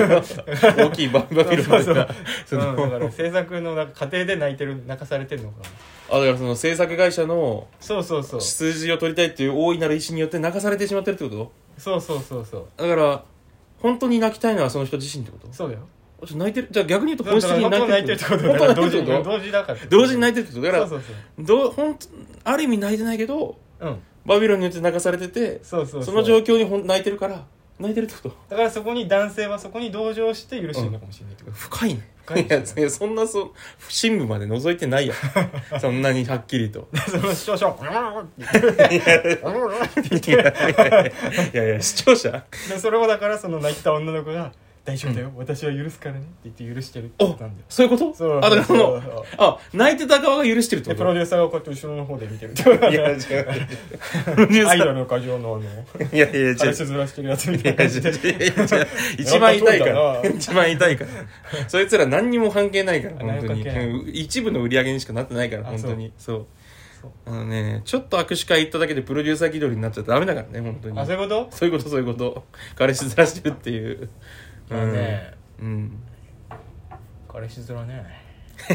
[SPEAKER 1] 大きいババビロンが
[SPEAKER 2] そうそう
[SPEAKER 1] その
[SPEAKER 2] うん、だから制作のなんか家庭で泣いてる泣かされてんのか
[SPEAKER 1] あだからその制作会社の
[SPEAKER 2] そうそうそう
[SPEAKER 1] 数字を取りたいっていう大いなる意思によって泣かされてしまってるってこ
[SPEAKER 2] そうそうそうそう
[SPEAKER 1] とだから本当に泣きたいのはその人自身ってこと
[SPEAKER 2] そうだよ
[SPEAKER 1] ちょっと泣いてるじゃあ逆に言うと
[SPEAKER 2] だ
[SPEAKER 1] 本質
[SPEAKER 2] か
[SPEAKER 1] 的
[SPEAKER 2] ら
[SPEAKER 1] に
[SPEAKER 2] 本当
[SPEAKER 1] 泣
[SPEAKER 2] に泣い
[SPEAKER 1] い
[SPEAKER 2] て
[SPEAKER 1] てる
[SPEAKER 2] るってことだから同時に
[SPEAKER 1] 本当
[SPEAKER 2] 同時だから
[SPEAKER 1] 同時に泣い
[SPEAKER 2] い
[SPEAKER 1] てるってことだから
[SPEAKER 2] そうそう
[SPEAKER 1] どうほんとある意味泣いてないけど
[SPEAKER 2] そううん
[SPEAKER 1] バビロンによって泣かされてて
[SPEAKER 2] そうそうう
[SPEAKER 1] その状況にほん泣いてるから泣いてるってこと
[SPEAKER 2] だからそこに男性はそこに同情して許してるのかもしれないってこと
[SPEAKER 1] 深いね
[SPEAKER 2] 深い
[SPEAKER 1] い
[SPEAKER 2] で
[SPEAKER 1] や
[SPEAKER 2] す
[SPEAKER 1] いやそんなそ深部まで覗いてないや んそんなにはっきりと
[SPEAKER 2] その視聴者は
[SPEAKER 1] いやいやいやいや視聴者
[SPEAKER 2] でそれはだからその泣いた女の子が「大丈夫だよ、私は許すからね」って言って許してるって
[SPEAKER 1] お
[SPEAKER 2] ことなんだよ
[SPEAKER 1] そういうこと
[SPEAKER 2] そう
[SPEAKER 1] あだからその
[SPEAKER 2] そう
[SPEAKER 1] あ泣いてた側が許してるって
[SPEAKER 2] で
[SPEAKER 1] こ
[SPEAKER 2] プロ
[SPEAKER 1] と
[SPEAKER 2] デューサーがこうやって後ろの方で見てるってことなん
[SPEAKER 1] い
[SPEAKER 2] だ
[SPEAKER 1] や違
[SPEAKER 2] よ
[SPEAKER 1] うプロデューサ
[SPEAKER 2] アイドル
[SPEAKER 1] ー
[SPEAKER 2] の過剰のあの
[SPEAKER 1] いやいや違う
[SPEAKER 2] 彼氏ずらしてるやつみ
[SPEAKER 1] い
[SPEAKER 2] た
[SPEAKER 1] やい
[SPEAKER 2] いな
[SPEAKER 1] や
[SPEAKER 2] 感
[SPEAKER 1] い
[SPEAKER 2] じ
[SPEAKER 1] や
[SPEAKER 2] で
[SPEAKER 1] いや一番痛いか
[SPEAKER 2] やっ
[SPEAKER 1] ら
[SPEAKER 2] ぱそうだな
[SPEAKER 1] 一番痛いからそいつら何にも関係ないから
[SPEAKER 2] あ何
[SPEAKER 1] 本
[SPEAKER 2] も
[SPEAKER 1] 当に
[SPEAKER 2] 関係ない
[SPEAKER 1] うん一部の売り上げにしかなってないから
[SPEAKER 2] あ
[SPEAKER 1] 本当にそう
[SPEAKER 2] そう
[SPEAKER 1] あのねちょっと握手会行っただけでプロデューサー気取りになっちゃダメだからね本当に
[SPEAKER 2] あそういうこと、
[SPEAKER 1] そういうことそういうこと彼氏ずらしてるっていう
[SPEAKER 2] まあね
[SPEAKER 1] うん
[SPEAKER 2] 彼氏ずらね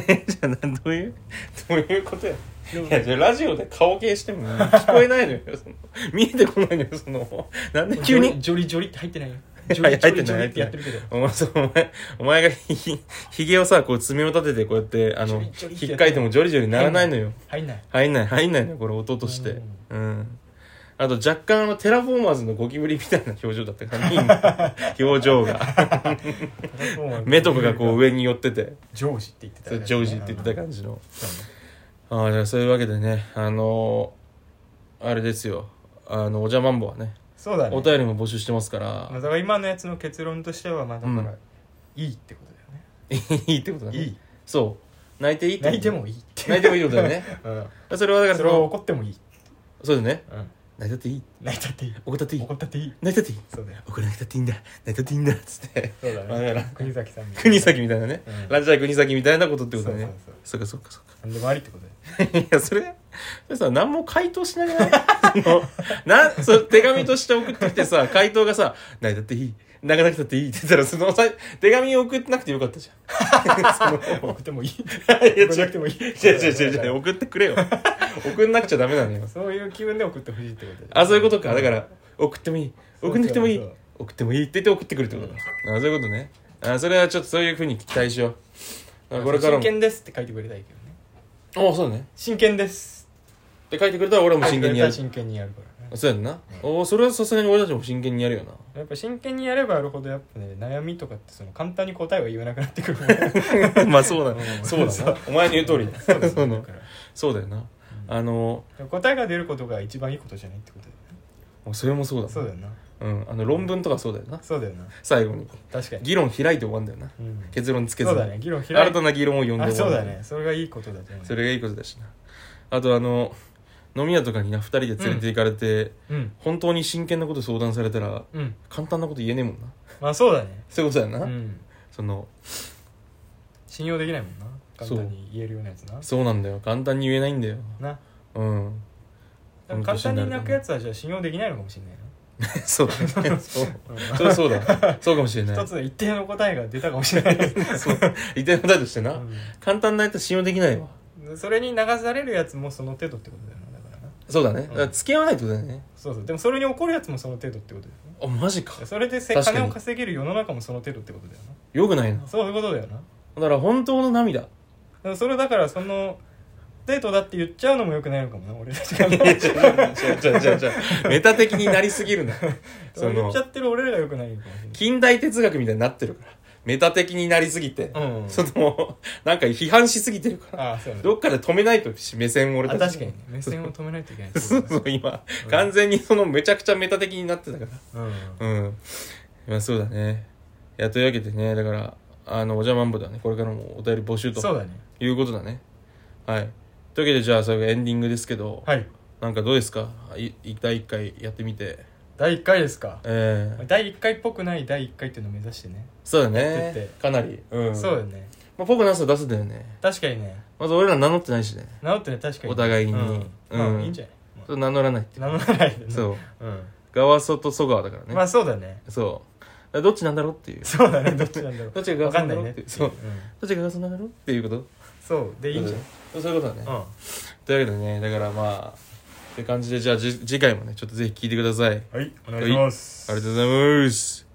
[SPEAKER 1] えじゃあなどういうどういうことやいやじゃあラジオで顔系しても聞こえないのよその見えてこないのよそのなんで急に
[SPEAKER 2] ジョリジョリジョリって入ってないよジョ
[SPEAKER 1] 入
[SPEAKER 2] リ
[SPEAKER 1] っ
[SPEAKER 2] ジョ
[SPEAKER 1] て
[SPEAKER 2] リジョ
[SPEAKER 1] な
[SPEAKER 2] リ
[SPEAKER 1] い
[SPEAKER 2] ってやってるけど
[SPEAKER 1] お前そうお前お前がひひひげをさこう爪を立ててこうやってあの
[SPEAKER 2] ジョリジョリって
[SPEAKER 1] ひっかいてもジョリジョリならないのよ
[SPEAKER 2] 入んない
[SPEAKER 1] 入んない入んないのよこれ音としてうんあと若干あのテラフォーマーズのゴキブリみたいな表情だった からね表情が目とかがこう上に寄ってて
[SPEAKER 2] ジョージって言ってた
[SPEAKER 1] そ
[SPEAKER 2] よ
[SPEAKER 1] う
[SPEAKER 2] ね
[SPEAKER 1] ジョージって言ってた感じの
[SPEAKER 2] そうね
[SPEAKER 1] ああじゃあそういうわけでねあのーあれですよあのおじゃまんぼはね
[SPEAKER 2] そうだね
[SPEAKER 1] お便りも募集してますから
[SPEAKER 2] まあだから今のやつの結論としてはまあだから、
[SPEAKER 1] うん
[SPEAKER 2] いいってことだよ ね
[SPEAKER 1] いいってことだね
[SPEAKER 2] いい
[SPEAKER 1] そう泣いていいってこと
[SPEAKER 2] 泣いてもいいって
[SPEAKER 1] 泣いてもいいことだよね
[SPEAKER 2] う
[SPEAKER 1] それはだから
[SPEAKER 2] んそ
[SPEAKER 1] そ
[SPEAKER 2] れは
[SPEAKER 1] の
[SPEAKER 2] 怒ってもいい、
[SPEAKER 1] そうだよね
[SPEAKER 2] うん、
[SPEAKER 1] 泣いたっていい
[SPEAKER 2] 泣いたっていい
[SPEAKER 1] 怒ったっていい
[SPEAKER 2] 怒ったっていい
[SPEAKER 1] 泣いたっていい
[SPEAKER 2] そうだよ
[SPEAKER 1] 怒らなくたっていいんだ泣いたっていいんだっつって
[SPEAKER 2] そうだ
[SPEAKER 1] わか
[SPEAKER 2] ね
[SPEAKER 1] るわ
[SPEAKER 2] 国崎さんみたいな
[SPEAKER 1] 国崎みたいなね、
[SPEAKER 2] うん
[SPEAKER 1] ランジャー国崎みたいなことってことだね
[SPEAKER 2] そう
[SPEAKER 1] そうかそうかそうか
[SPEAKER 2] 何でもありってことだよ
[SPEAKER 1] いや、それ、それさ、何も回答しながら、その、 な、その手紙として送ってきてさ、回答がさ、泣いたっていい、泣かなくたっていいって言ったら、そのさ、手紙送ってなくてよかったじゃん。 その
[SPEAKER 2] 送ってもいい
[SPEAKER 1] いや違う
[SPEAKER 2] 送らなくてもいい
[SPEAKER 1] 違う違う違う違う、送ってくれよ。送んなくちゃダメなのよ。
[SPEAKER 2] そういう気分で送ってほしいってことだよ
[SPEAKER 1] あ、そういうことか。だから、送ってもいい、送んなくてもいい
[SPEAKER 2] そうそう、
[SPEAKER 1] 送ってもいいって言って送ってくるってことだ。あ、そういうことね。あ、それはちょっとそういうふうに期待しよう。あこれから
[SPEAKER 2] 真
[SPEAKER 1] も。
[SPEAKER 2] 剣ですって書いてくれたらいいけどね
[SPEAKER 1] あ、そうだね。
[SPEAKER 2] 真剣です
[SPEAKER 1] って書いてくれたら俺も
[SPEAKER 2] 書い
[SPEAKER 1] 真
[SPEAKER 2] て
[SPEAKER 1] 剣
[SPEAKER 2] くれ
[SPEAKER 1] に
[SPEAKER 2] た
[SPEAKER 1] や
[SPEAKER 2] ら
[SPEAKER 1] る。
[SPEAKER 2] 真剣にやるからね
[SPEAKER 1] そうやんな、おーそれはさすがに俺たちも真剣にやるよな
[SPEAKER 2] やっぱ真剣にやればやるほどやっぱね悩みとかってその簡単に答えは言えなくなってく る
[SPEAKER 1] まあそうだ
[SPEAKER 2] うん
[SPEAKER 1] そうだなお前 の言う通りだ
[SPEAKER 2] そうだ
[SPEAKER 1] そ
[SPEAKER 2] ねだ
[SPEAKER 1] の
[SPEAKER 2] から
[SPEAKER 1] そうだよなあの
[SPEAKER 2] でも答えが出ることが一番いいことじゃないってことだよね
[SPEAKER 1] もうそれもそうだ
[SPEAKER 2] そうだよな
[SPEAKER 1] うん、あの論文とかそうだよな
[SPEAKER 2] そうだよな
[SPEAKER 1] 最後に
[SPEAKER 2] 確かに
[SPEAKER 1] 議論開いて終わんだよな
[SPEAKER 2] うん
[SPEAKER 1] 結論つけず
[SPEAKER 2] そう
[SPEAKER 1] に
[SPEAKER 2] だね議論開い
[SPEAKER 1] 新
[SPEAKER 2] て
[SPEAKER 1] たな議論を呼んで
[SPEAKER 2] あ
[SPEAKER 1] 終
[SPEAKER 2] そ
[SPEAKER 1] わ
[SPEAKER 2] う
[SPEAKER 1] る
[SPEAKER 2] だねそれがいいことだと思う
[SPEAKER 1] それがいいことだしなあとあの飲み屋とかにな2人で連れて行かれて、
[SPEAKER 2] うん
[SPEAKER 1] 本当に真剣なこと相談されたら
[SPEAKER 2] うん
[SPEAKER 1] 簡単なこと言えねえもんな
[SPEAKER 2] まあそうだね
[SPEAKER 1] そういうことだよ
[SPEAKER 2] う
[SPEAKER 1] な、
[SPEAKER 2] ん
[SPEAKER 1] その
[SPEAKER 2] 信用できないもんな簡
[SPEAKER 1] そう
[SPEAKER 2] 単に言えるようなやつな
[SPEAKER 1] そうなんだよ簡単に言えないんだよ
[SPEAKER 2] な
[SPEAKER 1] うん
[SPEAKER 2] でも簡単に泣くやつはじゃあ信用できないのかもしれない
[SPEAKER 1] そうだね。そう。
[SPEAKER 2] な
[SPEAKER 1] それそうだ。そうかもしれ
[SPEAKER 2] う
[SPEAKER 1] な
[SPEAKER 2] ん一
[SPEAKER 1] い。
[SPEAKER 2] つの一定の答えが出たかもしれない
[SPEAKER 1] そう。一体の態としてな。簡単なやつ信用できないわ。
[SPEAKER 2] うんそれに流されるやつもその程度ってことだよなだからな
[SPEAKER 1] そうだね。だ
[SPEAKER 2] ん
[SPEAKER 1] から付き合わないってことだよね。
[SPEAKER 2] そうそうでもそれに怒るやつもその程度ってことだよね
[SPEAKER 1] あ、マジか。
[SPEAKER 2] それでせ
[SPEAKER 1] 確かに
[SPEAKER 2] 金を稼げる世の中もその程度ってことだよ
[SPEAKER 1] よくないな
[SPEAKER 2] な。そういうことだよな
[SPEAKER 1] だから本当の 涙。
[SPEAKER 2] でもそれだからそのデートだって言っちゃうのもよくないのかもな俺たちが
[SPEAKER 1] じゃじゃじゃじゃメタ的になりすぎ るな。 そ
[SPEAKER 2] 言
[SPEAKER 1] の
[SPEAKER 2] っちゃ、ってる俺らがよくないのかもしれない
[SPEAKER 1] 近代哲学みたいになってるから。メタ的になりすぎて。
[SPEAKER 2] うん
[SPEAKER 1] その、なんか批判しすぎてるから。
[SPEAKER 2] ああそうだね
[SPEAKER 1] どっかで止めないとし目線を俺
[SPEAKER 2] あ
[SPEAKER 1] たち
[SPEAKER 2] 確かにね目線を止めないといけない
[SPEAKER 1] そうそう、今、完全にそのめちゃくちゃメタ的になってたから。
[SPEAKER 2] うん
[SPEAKER 1] うん。まあそうだね。いや、というわけでね、だから、あの、おじゃまんぼではね、これからもお便り募集
[SPEAKER 2] そう
[SPEAKER 1] と
[SPEAKER 2] だね
[SPEAKER 1] いうことだね。はい。というわけで、じゃあ、それがエンディングですけど、
[SPEAKER 2] はい
[SPEAKER 1] なんかどうですかい一回一回やってみて。
[SPEAKER 2] 第1回ですか
[SPEAKER 1] ええ
[SPEAKER 2] 第1回っぽくない第1回っていうのを目指してね、
[SPEAKER 1] そうだ
[SPEAKER 2] やって
[SPEAKER 1] ね
[SPEAKER 2] て。
[SPEAKER 1] かなり。うん。
[SPEAKER 2] そうだ。ね
[SPEAKER 1] まあ、ぽくなさ出せたよね。
[SPEAKER 2] 確かにね
[SPEAKER 1] まず俺ら名乗ってないしね。
[SPEAKER 2] 治ってね確かに
[SPEAKER 1] お互いに
[SPEAKER 2] うん
[SPEAKER 1] うん
[SPEAKER 2] まあいいんじゃな
[SPEAKER 1] ち
[SPEAKER 2] い
[SPEAKER 1] ょっと名乗らないって。
[SPEAKER 2] まあ治らないでね
[SPEAKER 1] そう。
[SPEAKER 2] うん
[SPEAKER 1] 側ソとソ川だからね。
[SPEAKER 2] まあそうだね
[SPEAKER 1] そう。だからどっちなんだろうっていう。
[SPEAKER 2] そうだねどっちなんだろ う
[SPEAKER 1] どっちが側
[SPEAKER 2] わか
[SPEAKER 1] ソ
[SPEAKER 2] ん
[SPEAKER 1] なんだ
[SPEAKER 2] ない
[SPEAKER 1] ろう
[SPEAKER 2] ね
[SPEAKER 1] っていう。そう。
[SPEAKER 2] うん
[SPEAKER 1] どっちが側ソなんだろうっていうこと
[SPEAKER 2] そうでいいんじゃない
[SPEAKER 1] そうそういうことだね。
[SPEAKER 2] うん
[SPEAKER 1] というわけでねだからまあって感じでじゃあじ次回もねちょっとぜひ聞いてくださいあり
[SPEAKER 2] はいお願いします
[SPEAKER 1] がとうございます